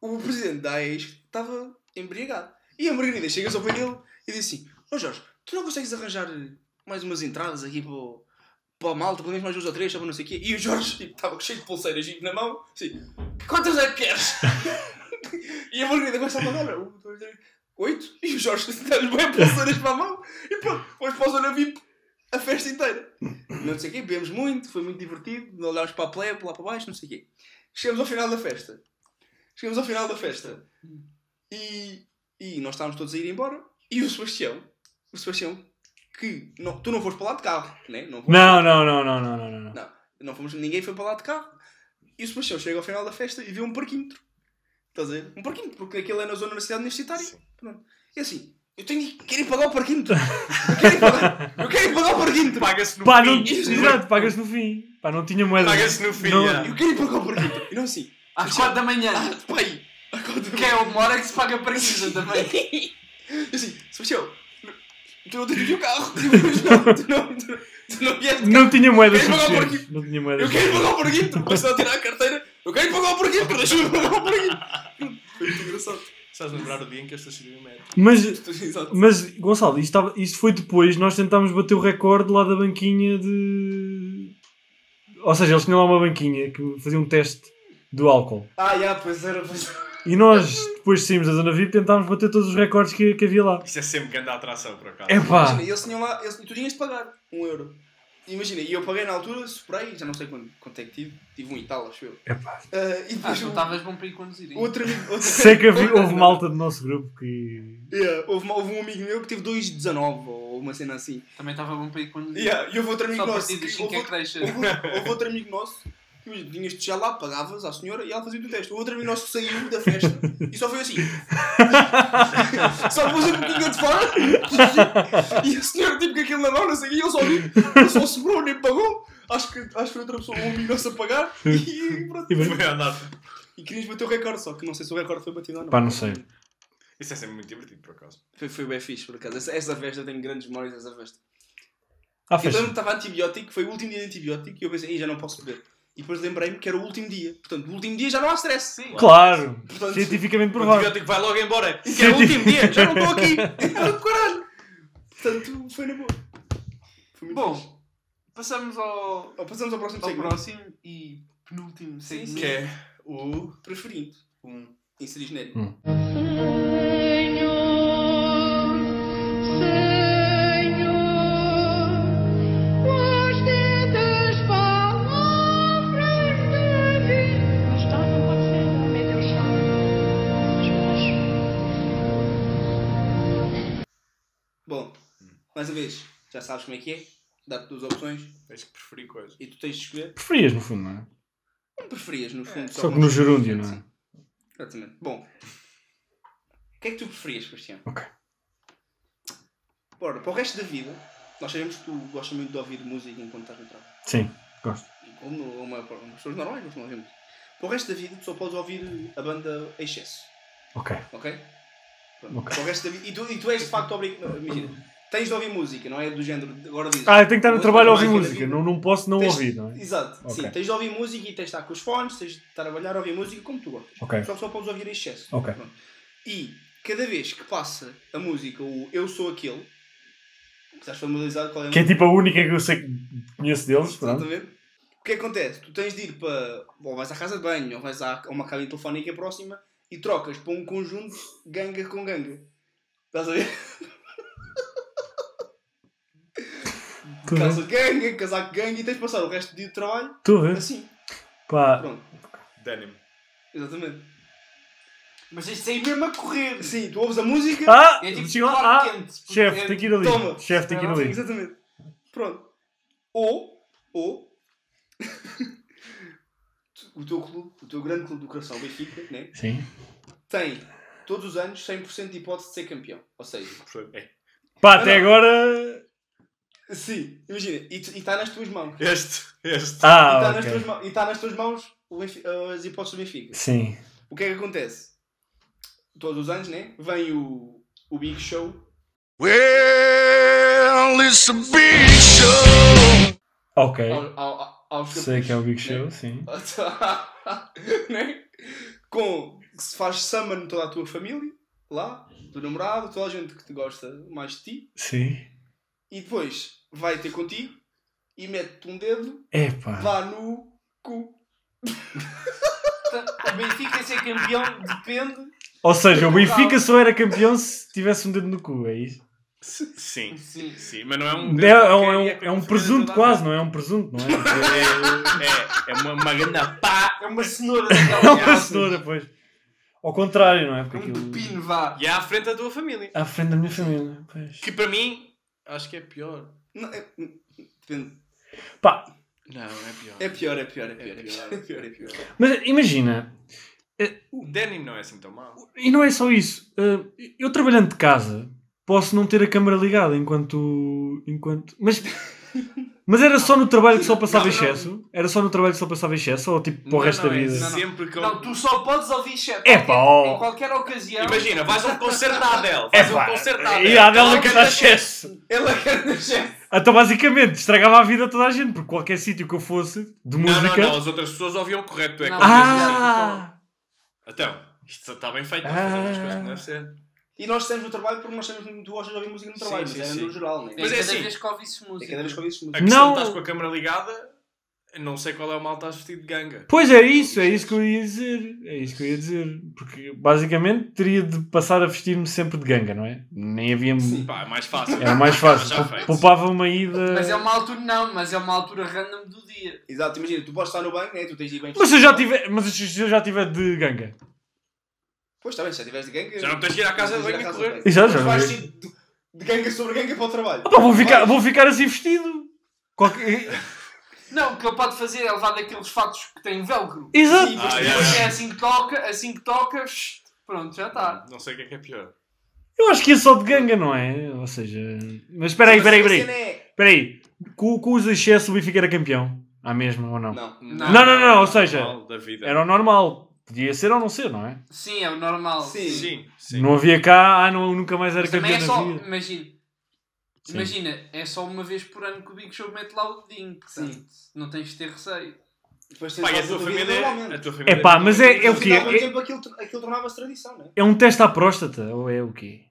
o presidente da AES estava embriagado. E a Margarida chega-se ao pé dele e diz assim: Ó Jorge, tu não consegues arranjar mais umas entradas aqui para o. Para a malta, pelo menos mais duas ou três, sabe, não sei o quê. E o Jorge tipo, estava cheio de pulseiras tipo, na mão, assim, quantas é que queres? E a Margarida começa a mandar um, dois, três, oito. E o Jorge dá-lhe bem pulseiras para a mão. E pronto, fomos para a zona VIP a festa inteira. Não sei o quê, bebemos muito, foi muito divertido. Olhámos para a plebe, lá para baixo, não sei o quê. Chegamos ao final da festa. Chegamos ao final da festa. E, e nós estávamos todos a ir embora. E o Sebastião, o Sebastião, que não, tu não foste para lá de carro, né? não foste. Não, não, não, não, não, não, não, não. Não, não fomos, ninguém foi para lá de carro. E o Sebastião chega ao final da festa e vê um parquímetro. Estás a ver? Um parquímetro, porque aquele é na zona da cidade universitária. Pronto. E assim, eu tenho quero ir pagar o parquímetro. Eu quero ir pagar, eu quero ir pagar o parquímetro. Paga-se no Pá, não... fim. Exato, pagas no fim. Pá, não tinha moeda. Paga-se no fim. Não- já. Eu quero ir pagar o parquímetro. E não assim, Às 4 da manhã. ah, pai, acorda Que é uma hora que se paga para isso também. E assim, Sebastião, tu não tens o carro. Tu não, tu não, tu não vieste Não tinha moedas Queres pagar o suficientes. Não tinha moedas Eu quero ir pagar o porquinho, começou a tirar a carteira. Eu quero ir pagar o porquinho, deixa-me pagar o porquinho. Foi muito engraçado. Estás a lembrar o dia em que eu estacionei o metro. Mas, Exato. mas Gonçalo, isto, estava- isto foi depois, nós tentámos bater o recorde lá da banquinha de. Ou seja, eles tinham lá uma banquinha que fazia um teste do álcool. Ah, já, pois era, pois era. E nós, depois de saímos da Zona VIP, tentámos bater todos os recordes que, que havia lá. Isso é sempre grande atração, por acaso. É pá! Imagina, eles tinham lá, eles, tu tinhas de pagar um euro. Imagina, e eu paguei na altura, superei, já não sei quanto, quanto é que tive, tive um e tal, acho eu. Epá. Ah, e Ah, depois não um- estavas bom para ir conduzir. hein? outro amigo. outro- Sei que havia, houve malta do nosso grupo que. Yeah, houve, uma- houve um amigo meu que teve 2,19 ou uma cena assim. Também estava bom para ir conduzir. Yeah, e houve outro amigo Só a nosso. partir dos que- 5 é Houve, que deixa. houve- houve outro amigo nosso que imagina, tinhas de já lá, pagavas à senhora e ela fazia o teste. O outro amigo nosso saiu da festa e só foi assim. só pôs a boquinha de fora e a senhora tipo com aquilo na mão, não sei o quê, e ele só viu, ele só sobrou, nem pagou. Acho que, acho que foi outra pessoa, um amigo nosso a pagar e pronto. Foi a andar. E querias bater o recorde, só que não sei se o recorde foi batido ou não. Pá, não sei. Isso é sempre muito divertido, por acaso. Foi, foi bem fixe, por acaso. Essa, essa festa, eu tenho grandes memórias dessa festa. Ah, Eu lembro que fecha. estava antibiótico, foi o último dia de antibiótico e eu pensei, "Ei, já não posso beber. E depois lembrei-me que era o último dia. Portanto, no último dia já não há stress. Sim. Claro! Portanto, Cientificamente O provável. antibiótico vai logo embora. Que era o último dia, já não estou aqui. Então, Caralho. Portanto, foi na boa. Foi muito fixe. Bom, passamos ao, Ou passamos ao próximo ao segmento. próximo e penúltimo segmento. Que é o. Preferido. Um. Inserir nele. Senhor, Senhor, goste das palavras da vida. Mas está, não pode ser, não é Deus sabe. Bom, mais uma vez, já sabes como é que é. Dá-te duas opções Tens que preferir coisas. e tu tens de escolher. Preferias, no fundo, não é? Como preferias, no fundo. Só que uma no opção. gerúndio, não Sim, é? Exatamente. Bom, o que é que tu preferias, Cristiano? Ok. Bora, para o resto da vida, nós sabemos que tu gostas muito de ouvir música enquanto estás no trabalho. Sim, gosto. E Como uma, uma pessoas normais gostam de ouvir música. Para o resto da vida, tu só podes ouvir a banda em excesso, Ok. ok? Pronto, Ok. Para o resto da vida. E tu, e tu és de facto obrigado. Imagina, Tens de ouvir música, não é? Do género, agora diz. Ah, eu tenho que estar no Outra trabalho a ouvir máquina música. de- Não, não posso não Tens- ouvir, não é? Exato, Ok. sim. Tens de ouvir música e tens de estar com os fones, tens de trabalhar a ouvir música como tu gostas. Ok. Só só podes ouvir em excesso. Ok. Pronto. E cada vez que passa a música, o Eu Sou Aquele, que estás familiarizado com a Que é música, tipo a única que eu sei que conheço deles, pronto. exatamente. O que é que acontece? Tu tens de ir para. Ou vais à casa de banho, ou vais à, a uma cabine telefónica próxima e trocas para um conjunto ganga com ganga. Estás a ver? Estou a ver. Calça de ganga, casaco de ganga e tens de passar o resto do dia de trabalho Estou a ver. assim. Pá, Pronto, Denim. exatamente. Mas isto aí mesmo a correr. Sim, tu ouves a música. Ah! É tipo Chega lá. Clark Ah! Kent. porque Chefe, é- tem que ir ali. Toma. Chefe, tem que ir Não, ali. Exatamente. Pronto. Ou, ou, o teu clube, o teu grande clube do coração, o Benfica, né, Sim. tem todos os anos 100% de hipótese de ser campeão. Ou seja, É. Pá, até agora. sim, imagina, e está nas tuas mãos. E Este, este. está Ah, nas, tuas ok. mãos- e tá nas tuas mãos o Benfi- as hipóteses do Benfica. Sim. O que é que acontece? Todos os anos, né? Vem o, o Big Show. Ok. Ao, ao, ao, aos Sei que é o Big campeões, né? Show, sim. Né? com que se faz summon toda a tua família lá, do namorado, toda a gente que te gosta mais de ti, Sim. e depois vai ter contigo e mete-te um dedo Epá. lá no cu. O Benfica ser campeão depende. Ou seja, o Benfica só era campeão se tivesse um dedo no cu, é isso? Sim. Sim. Sim, mas não é um. É, é um, é um- é um presunto quase, não é? É um presunto, não é? É, é uma, uma grande pá. É uma cenoura É daquela uma graça. cenoura, pois. Ao contrário, não é? Porque Um aquilo... pepino, vá. E é à frente da tua família. À frente da minha família, pois. Que para mim, acho que é pior. Não, é, depende. Pá, Não, é pior. É pior, é pior, é pior, É é pior, pior, é pior, é pior. mas imagina, O denim não é assim tão mau. e não é só isso. uh, eu trabalhando de casa, posso não ter a câmara ligada enquanto... enquanto... Mas... Mas era só no trabalho que só passava Não, não. excesso? Era só no trabalho que só passava excesso? Ou tipo para o Não, resto não, da é vida? Sempre com. Não, tu é só podes ouvir chefe. É pá, ó. Em qualquer ocasião. Imagina, vais a um concerto da Adele. É Vais a um concerto da Adele. e a dela que Ela dá canta- assim. excesso. Ela quer deixar. Então, basicamente, estragava a vida a toda a gente, porque qualquer sítio que eu fosse, de Não, música. não, não, as outras pessoas ouviam correto. Tu é que Não. ouvias. Ah! Então, isto está bem feito. Ah. Não fazemos as coisas como deve ser. E nós estamos no trabalho porque nós sabemos que tu gostas de ouvir música no Sim, trabalho, sim, mas é sim. no geral, né? É Mas é é, cada assim. vez que ouvisses música. cada vez que ouvis A música. questão Não. estás com a câmara ligada, não sei qual é o mal estás vestido de ganga. Pois é isso, é isso que eu ia dizer. É isso que eu ia dizer. Porque basicamente teria de passar a vestir-me sempre de ganga, não é? Nem havia. Pá, é mais fácil. Era mais fácil. Já feito. Poupava uma ida. Mas é uma altura, não, mas é uma altura random do dia. Exato, imagina, tu podes estar no banco, né? Tu tens de ir bem. Mas se eu já tiver, mas se eu já tiver de ganga. Pois está bem, se já tiveres de ganga. Já não tens de ir à casa de banho a e correr. Exato, já Mas não é? vais de, de ganga sobre ganga para o trabalho. Opa, Ah, vou, ficar, Vais. vou ficar assim vestido. Qualquer- Não, o que ele pode fazer é levar daqueles fatos que têm velcro. Exato. Sim, Ah, Porque yeah. é assim que toca, assim que toca, shh, pronto, já está. Não sei o que é que é pior. Eu acho que é só de ganga, não é? Ou seja. Mas espera aí, Mas a espera aí, espera aí. cena é- Espera aí, com, com os excessos o Benfica era campeão? Há mesmo ou não? Não. Não, não, não, não, ou seja, Mal da vida. Era o normal. Podia ser ou não ser, não é? Sim, é o normal. um Sim. Sim, sim. Não havia cá, ah, não, nunca mais era Mas também campeão é só, na vida. imagina, Sim. imagina, é só uma vez por ano que o Big Show mete lá o dedinho, portanto, não tens de ter receio. Depois tens Pá, e a algo tua da vida família. normalmente. A tua família. É pá, mas é, é o No quê? final do É, tempo aquilo, aquilo tornava-se tradição, não é? é um teste à próstata? Ou é o quê?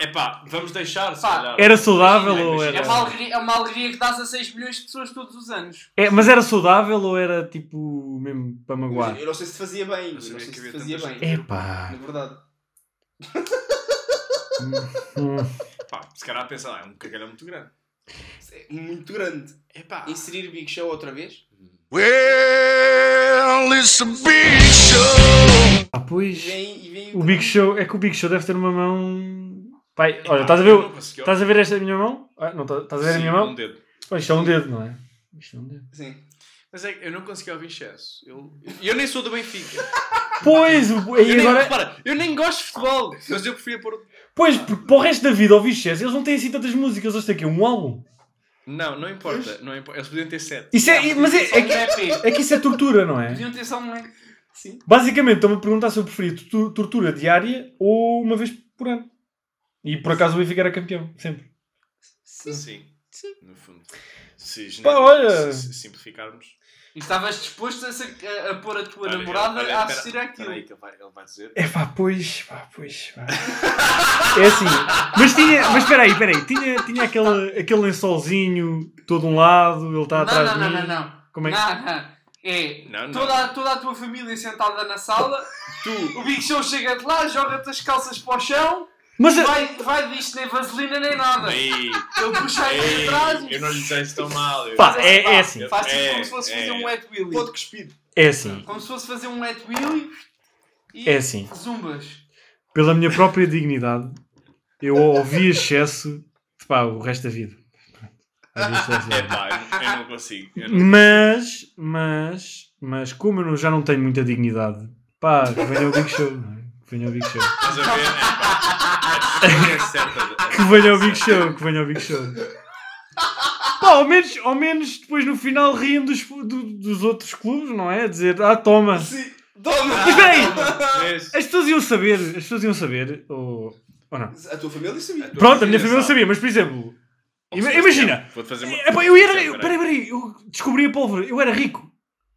É pá, vamos deixar, se Pá, calhar. Era saudável Imagina, ou imagina. era. É uma alegria, é uma alegria que dás a 6 milhões de pessoas todos os anos. É, mas era saudável ou era tipo mesmo para magoar? Eu não sei se te fazia bem. Eu Não não sabia sei se te que havia fazia tantas- bem. É Na pá. verdade. Pá, se calhar pensa lá, é um cagalhão muito grande. É muito grande. É pá. Inserir Big Show outra vez. Ah, E pois. vem, e vem O Big Show, é que o Big Show deve ter uma mão. Pai, olha, estás a ver, o- estás a ver esta minha mão? Ah, não, estás estás a ver a minha mão? Um dedo. Oh, isto é um dedo, não é? Isto é um dedo. Sim. Mas é que eu não consegui ouvir excesso. Eu, eu nem sou do Benfica. Pois, o- Eu e nem, agora, repara, eu nem gosto de futebol, mas eu preferia pôr. Pois, porque para o resto da vida ouvir Chess, eles não têm assim tantas músicas, eles têm aqui um álbum. Não, não importa. Não importa. Eles podiam ter sete. Isso é, mas é, é, que, EP. é que isso é tortura, não é? Podiam ter só um EP. Basicamente, estão-me a perguntar se eu preferia tortura diária ou uma vez por ano. E por acaso o Benfica era campeão, sempre. Sim. No fundo. Se, gener- Pá, olha. se- se simplificarmos. E estavas disposto a, ser- a- a pôr a tua Olha, namorada olha, a espera, assistir àquilo. espera aí que ele vai, ele vai dizer. É pá, pois, pá, pois. pá. É assim. Mas tinha, mas espera aí, espera aí. Tinha, tinha aquele, aquele lençolzinho todo um lado, ele está não, atrás não, de não, mim. não, não. Como é que. Não, não. É Não, não. Toda, a, toda a tua família sentada na sala, Tu, o Big Show chega de lá, joga-te as calças para o chão, Mas eh, a- vai, vai disto, nem vaselina nem nada. Ele Ei, puxa aí ei, atrás e é, eu não lhe disse isso tão mal. eu- Pá, é, é assim. faz tipo É, como se fosse é. fazer um wet willy. pode cuspir. É assim. Como se fosse fazer um wet willy e É assim. zumbas. Pela minha própria dignidade, eu ouvi excesso pá, o resto da vida. Ouvi excesso. É pá, eu, eu não consigo. Eu não... Mas, mas, mas, como eu não- já não tenho muita dignidade, pá, que venha ao Big Show. não é? Que venha ao Big Show. Estás a ver? É pá. A escolha é certa. Que venha ao Big Show, que venha ao Big Show. Pá, ao menos, ao menos depois no final riem dos, do- dos outros clubes, não é? Dizer, ah, toma. Sim. Toma! Mas espera aí, Mas- as pessoas iam saber, as pessoas iam saber, ou, ou não? A tua família sabia. Pronto, a minha família sabia, mas por exemplo, ima- imagina, Vou-te fazer uma. É, pá, eu era. Espera Eu, aí. peraí, peraí, eu descobri a pólvora, eu era rico.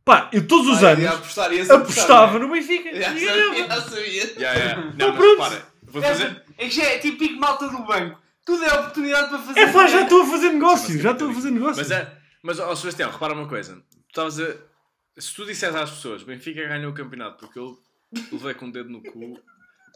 Pá, eu todos os Ah, anos ia apostar, ia apostava apostar, no Benfica. não é? E Já ganhava. sabia, já sabia. Yeah, yeah. Não, mas pronto. repara. Vou fazer. É, é, que já é típico malta do banco. Tudo é oportunidade para fazer. É pá, já dinheiro. estou a fazer negócio, Mas já é estou a fazer ridículo. negócio. Mas, é, mas ó, Sebastião, repara uma coisa. Tu estavas a. Se tu disseres às pessoas, Benfica ganhou o campeonato porque eu levei com o dedo no cu,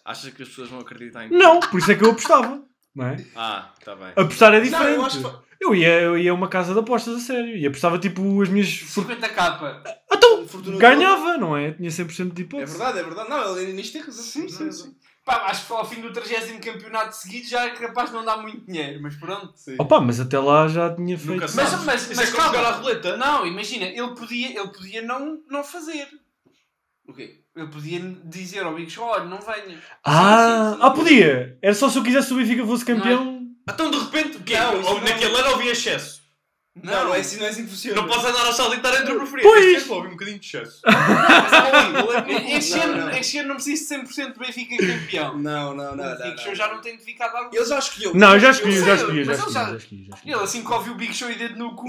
achas que as pessoas vão acreditar em ti? Não, por isso é que eu apostava. Não é? Ah, está bem. Apostar é Não, diferente. eu acho que eu, ia, eu ia a uma casa de apostas a sério e apostava tipo as minhas. for- 50 capa. Então, Fortuna ganhava, não é? Tinha 100% de É hipótese. verdade, é verdade. Não, ele nisto tem razão. Sim, sim, sim. Pá, acho que ao fim do 30 campeonato seguido já é capaz de não dar muito dinheiro, mas pronto. Opa, mas até lá já tinha feito. Nunca Mas, sabes. mas, Isso mas é como jogar à calma, roleta. não, imagina, ele podia, ele podia não, não fazer. O quê? Ele podia dizer ao Big Show, olha, não venhas. Ah, Sim, é? sim, sim. ah, podia! Era só se eu quisesse o Benfica fosse campeão. Então de repente, o quê? Não, Ou- isso ou não. naquele ano havia excesso. Não, não, é assim, não é assim que funciona. Não posso andar ao saltar entre o preferido. Pois. Este tempo é houve um bocadinho de excesso. Este um- É Não, é assim ano, não. este ano não preciso de 100% do Benfica campeão. Não, não, não. o não, Big Show não. já não tem de ficar dar Ele já escolheu. Não, eu já escolhi, Eu já sei, escolhi, já mas ele escolhi, já- já escolhi. já escolhi. Ele assim que ouviu o Big Show e dedo no cu.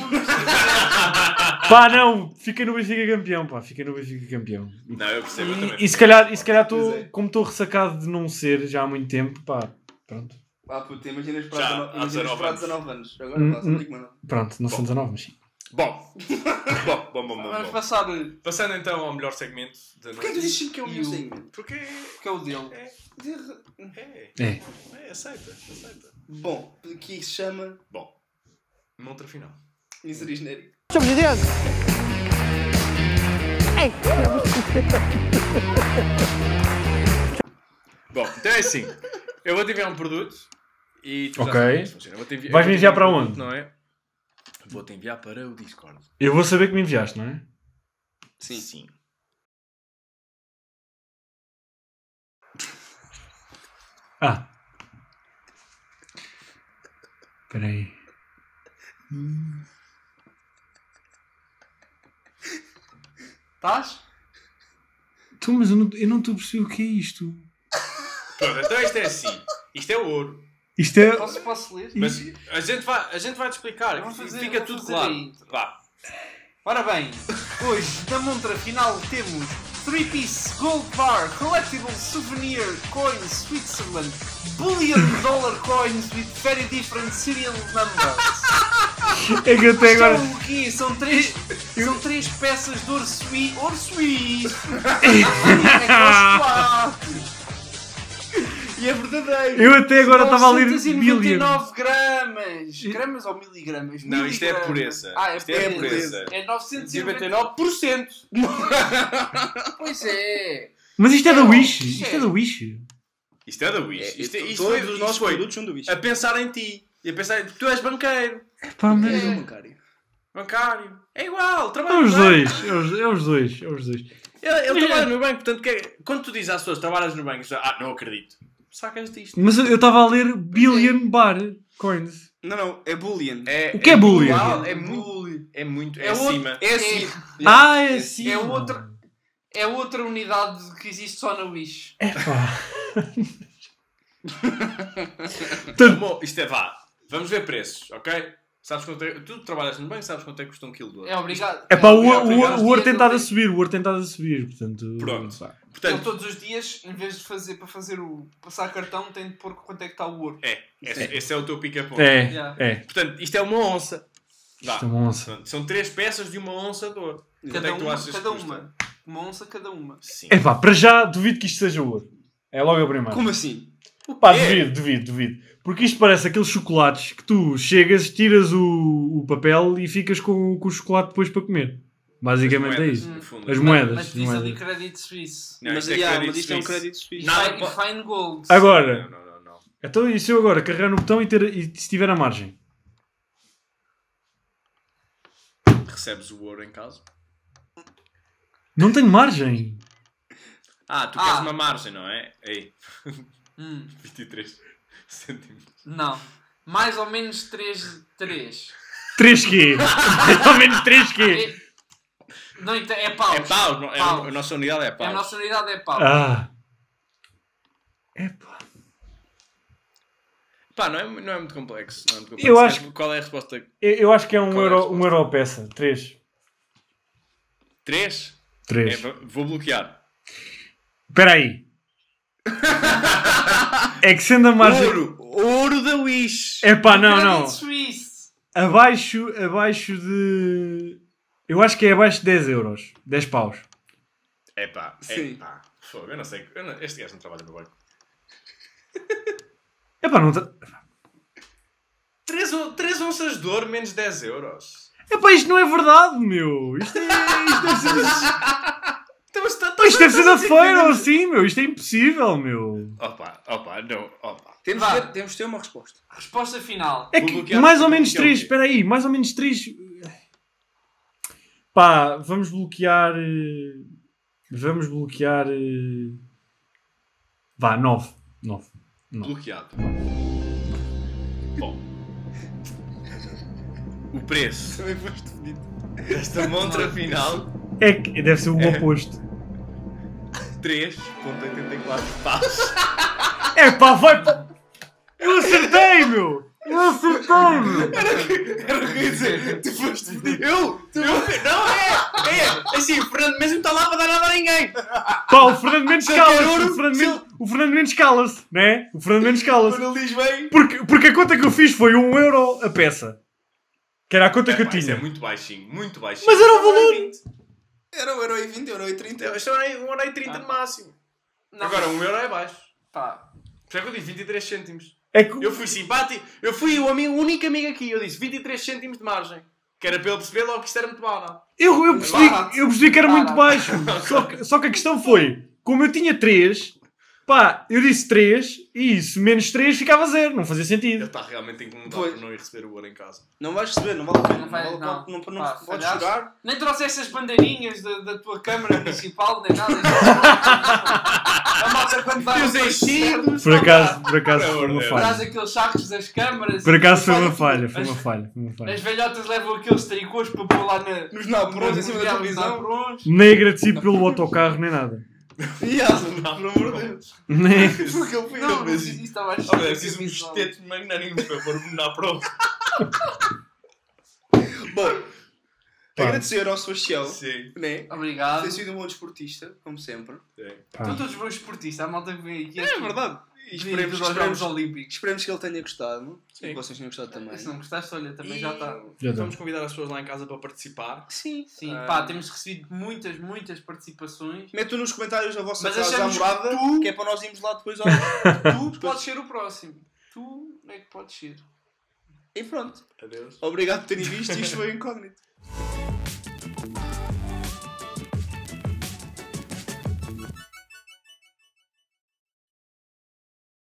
Pá, não, fica no Benfica campeão, pá, fica no Benfica campeão. Não, eu percebo, eu também. E, e se calhar, e se calhar tô, Pois é. como estou ressacado de não ser já há muito tempo, pá, pronto. Ah, puta, imaginas para Já, 19 há imaginas 19 para anos. 19 anos. Agora um Hum, pá, só hum. digo, mano. Pronto, não são 19, mas sim. Bom. bom, bom, bom, bom, Vamos bom. passar Passando então ao melhor segmento da noite. Porquê é que tu dizes sempre que é o meu E o- segmento? Porque que é o dele. é, É. é, aceita, aceita. Bom, que se chama Bom, montra final. Misery Genérico. Bom, então é assim. Eu vou te enviar um produto e tu já Ok. sabes como isso funciona. Eu vou te enviar- Vais me eu vou te enviar para um onde? produto, Não é? Vou te enviar para o Discord. Eu vou saber que me enviaste, não é? Sim. Ah. Espera aí. Estás? Tu, mas eu não eu não estou a perceber o que é isto. Pronto, então isto é assim. Isto é ouro. Isto é. Posso, posso ler? Mas a gente vai, a gente vai te explicar. Vou fazer- Fica vou tudo fazer claro. aí. Vá. Ora bem, hoje na montra final temos 3-piece gold bar, collectible souvenir coin Switzerland, billion dollar coins with very different serial numbers. É que até agora. São o quê? São três, são três peças de ouro suíço. Ouro suíço! é que E é verdadeiro. Eu até agora estava a ler billion. 999 gramas! Gramas ou miligramas? Não, isto é Miligramas. pureza. Ah, é Isto é pureza. pureza. É 999. 99%. Pois é! Mas isto é da um Não, Wish. isto Isto é é- da Wish. Isto é da Wish. É, Isto, isto, é- é- isto todos foi os isto nossos foi produtos são do bicho. A pensar em ti. E a pensar em tu és banqueiro. Pá, mas. É um bancário. Bancário. É igual. É Trabalha no os banco. dois, é os, é os dois, é os dois. Ele, ele trabalha no banco. Portanto, que é- quando tu dizes às pessoas trabalhas no banco, as pessoas, ah, não acredito. Sacas disto. Mas eu estava a ler É. Billion Bar Coins. Não, não, é Boolean. É, O que é bullying? igual, É muito. É muito. É, É outro- acima. É assim. Ah, é sim. É outra, é outra unidade que existe só na Wish. Epá. Amor, isto é vá. Vamos ver preços, ok? Sabes quanto é... Tu trabalhas no banco, sabes quanto é que custa um quilo de ouro. É obrigado. É pá, o, Ele o, o ouro tem estado a ele- subir, o ouro tem estado a subir, portanto... Pronto. pá. Ele Portanto, todos os dias, em vez de fazer para fazer o passar cartão, tem de pôr quanto é que está o ouro. é. Esse, esse é o teu pica-ponto. É, Yeah. é. Portanto, isto é uma onça. Vá. Isto é uma onça. Portanto, São três peças de uma onça de ouro. Quanto Cada é que tu uma, achas cada que custa? uma. Uma onça cada uma. Sim. É pá, para já duvido que isto seja ouro. É logo a primeira. Como assim? Pá, quê? duvido, duvido, duvido. Porque isto parece aqueles chocolates que tu chegas, tiras o, o papel e ficas com, com o chocolate depois para comer. Basicamente é Moedas, isso. no fundo. As moedas. Mas as diz ali moedas. Credit Suisse. Não, mas, isto é yeah, crédito mas isto é um suíço. crédito suíço. Não, Fine- pô- Fine Gold. Ah. Não, Agora, não, não, não. então e se eu agora carregar no botão e, ter, e se tiver a margem? Recebes o ouro em casa. Não tenho margem. Ah, tu Ah. queres uma margem, não é? Aí, Hum, 23 centímetros. não. Mais ou menos 3. 3. 3Q. Mais ou menos 3Q. É- Não, então é pau. É pau, não- é- Pau. a nossa unidade é A pau. nossa unidade é pau. Ah. Epá. Pá, não é, mu- não é muito complexo. não é muito complexo. Eu acho Queres- Qual é a resposta? Eu, eu acho que é um Qual é a euro, resposta? um euro a peça. 3. 3? 3. É, vou bloquear. Espera aí. é que sendo a margem... Ouro! Ouro da Wish! Epá, não, Credit não. Suisse. Abaixo, abaixo de. Eu acho que é abaixo de 10 euros. 10 paus. É pá, é Sim. pá. Fogo, eu não sei. eu não- este gajo não trabalha no banco. É pá, não. Tra... 3 onças de ouro menos 10 euros. É pá, isto não é verdade, meu. Isto, é... isto deve ser, da- Então, mas tá- isto deve ser da estás a dizer que- feira ou assim, meu. Isto é impossível, meu. Opa, opa, não, opa. Temos, Vá. de ter, temos de ter uma resposta. Resposta final. É Vou que bloquear- mais vou ou menos bloquear o 3. quê? Espera aí, mais ou menos 3. Pá, vamos bloquear. eh, Vamos bloquear. eh, Vá, 9. 9. Bloqueado. Bom. O preço Também foste fodido. desta montra final, É que deve ser o É. oposto. 3.84 paus. É pá, vai pá. Eu acertei, meu! Eu acertei, meu! Era o que eu ia dizer. Tu foste fodido. Eu? Tu eu? Não, é! É! Assim, o Fernando mesmo está lá para dar nada a ninguém. Pá, o Fernando Mendes Se eu quero cala-se! ouro, O Fernando um, se Mendes, o Fernando Mendes cala-se, né? O Fernando Mendes cala-se. Quando ele diz bem. Porque, porque a conta que eu fiz foi 1 euro a peça. Que era a conta que eu Pá, isso é tinha. muito baixinho, muito baixinho. Mas era o valor! Era o euro e 20, euro e 30. Eu um estou em 1,30€ no máximo. Não, Agora, 1€ é baixo. pá. Por isso é que eu disse 23 cêntimos. É que, Eu fui simpático, eu fui o amigo, o único amigo aqui, eu disse 23 cêntimos de margem. Que era para ele perceber logo que isto era muito mal, não? é? eu, eu, percebi, eu percebi que era muito Barato. baixo. Só que, só que a questão foi: como eu tinha 3, pá, eu disse 3 e isso, menos 3 ficava 0. Não fazia Ele sentido. está realmente incomodado Pois. por não ir receber o ouro em casa. Não vais receber, não vale a pena. Não vai- vale a não. pena, não, não, Pá, podes falhaste. jogar. Nem trouxeste as bandeirinhas da, da tua câmara municipal, nem nada. A malta quando vai né, Os enchidos! Por acaso, por acaso Pelo foi amor uma de Deus. falha. traz aqueles sacos das câmaras. Por acaso foi Faz uma tudo. falha, foi uma As- falha, foi uma falha. As velhotas levam aqueles tricôs para pôr lá na... Nos nalperões em cima da nos televisão. nalperões. Nem agradecido pelo autocarro, nem nada. Yeah, pelo amor de Deus. Nem... Foi o que ele fez. Não, não fiz isso, estava a Olha, preciso um estete magnânimo para pôr-me na prova. Bom, agradecer ao Sebastião, Sim. né? Obrigado. Ter sido um bom desportista, como sempre. Ah. Estão todos bons esportistas, a malta que vem aqui. É verdade. E esperemos, Esperemos os Jogos esperemos, Olímpicos. esperemos que ele tenha gostado. E Sim. que vocês tenham gostado também. Se É, não gostaste, olha, também E- já está. Já tá. Vamos convidar as pessoas lá em casa para participar. Sim. Sim, Ah, pá, temos recebido muitas, muitas participações. Mete nos comentários a vossa Mas casa à achamos que morada, que, tu- é para nós irmos lá depois ao... Tu podes ser o próximo. Tu é que podes ser. e pronto. Adeus. Obrigado por terem visto. Isto foi incógnito.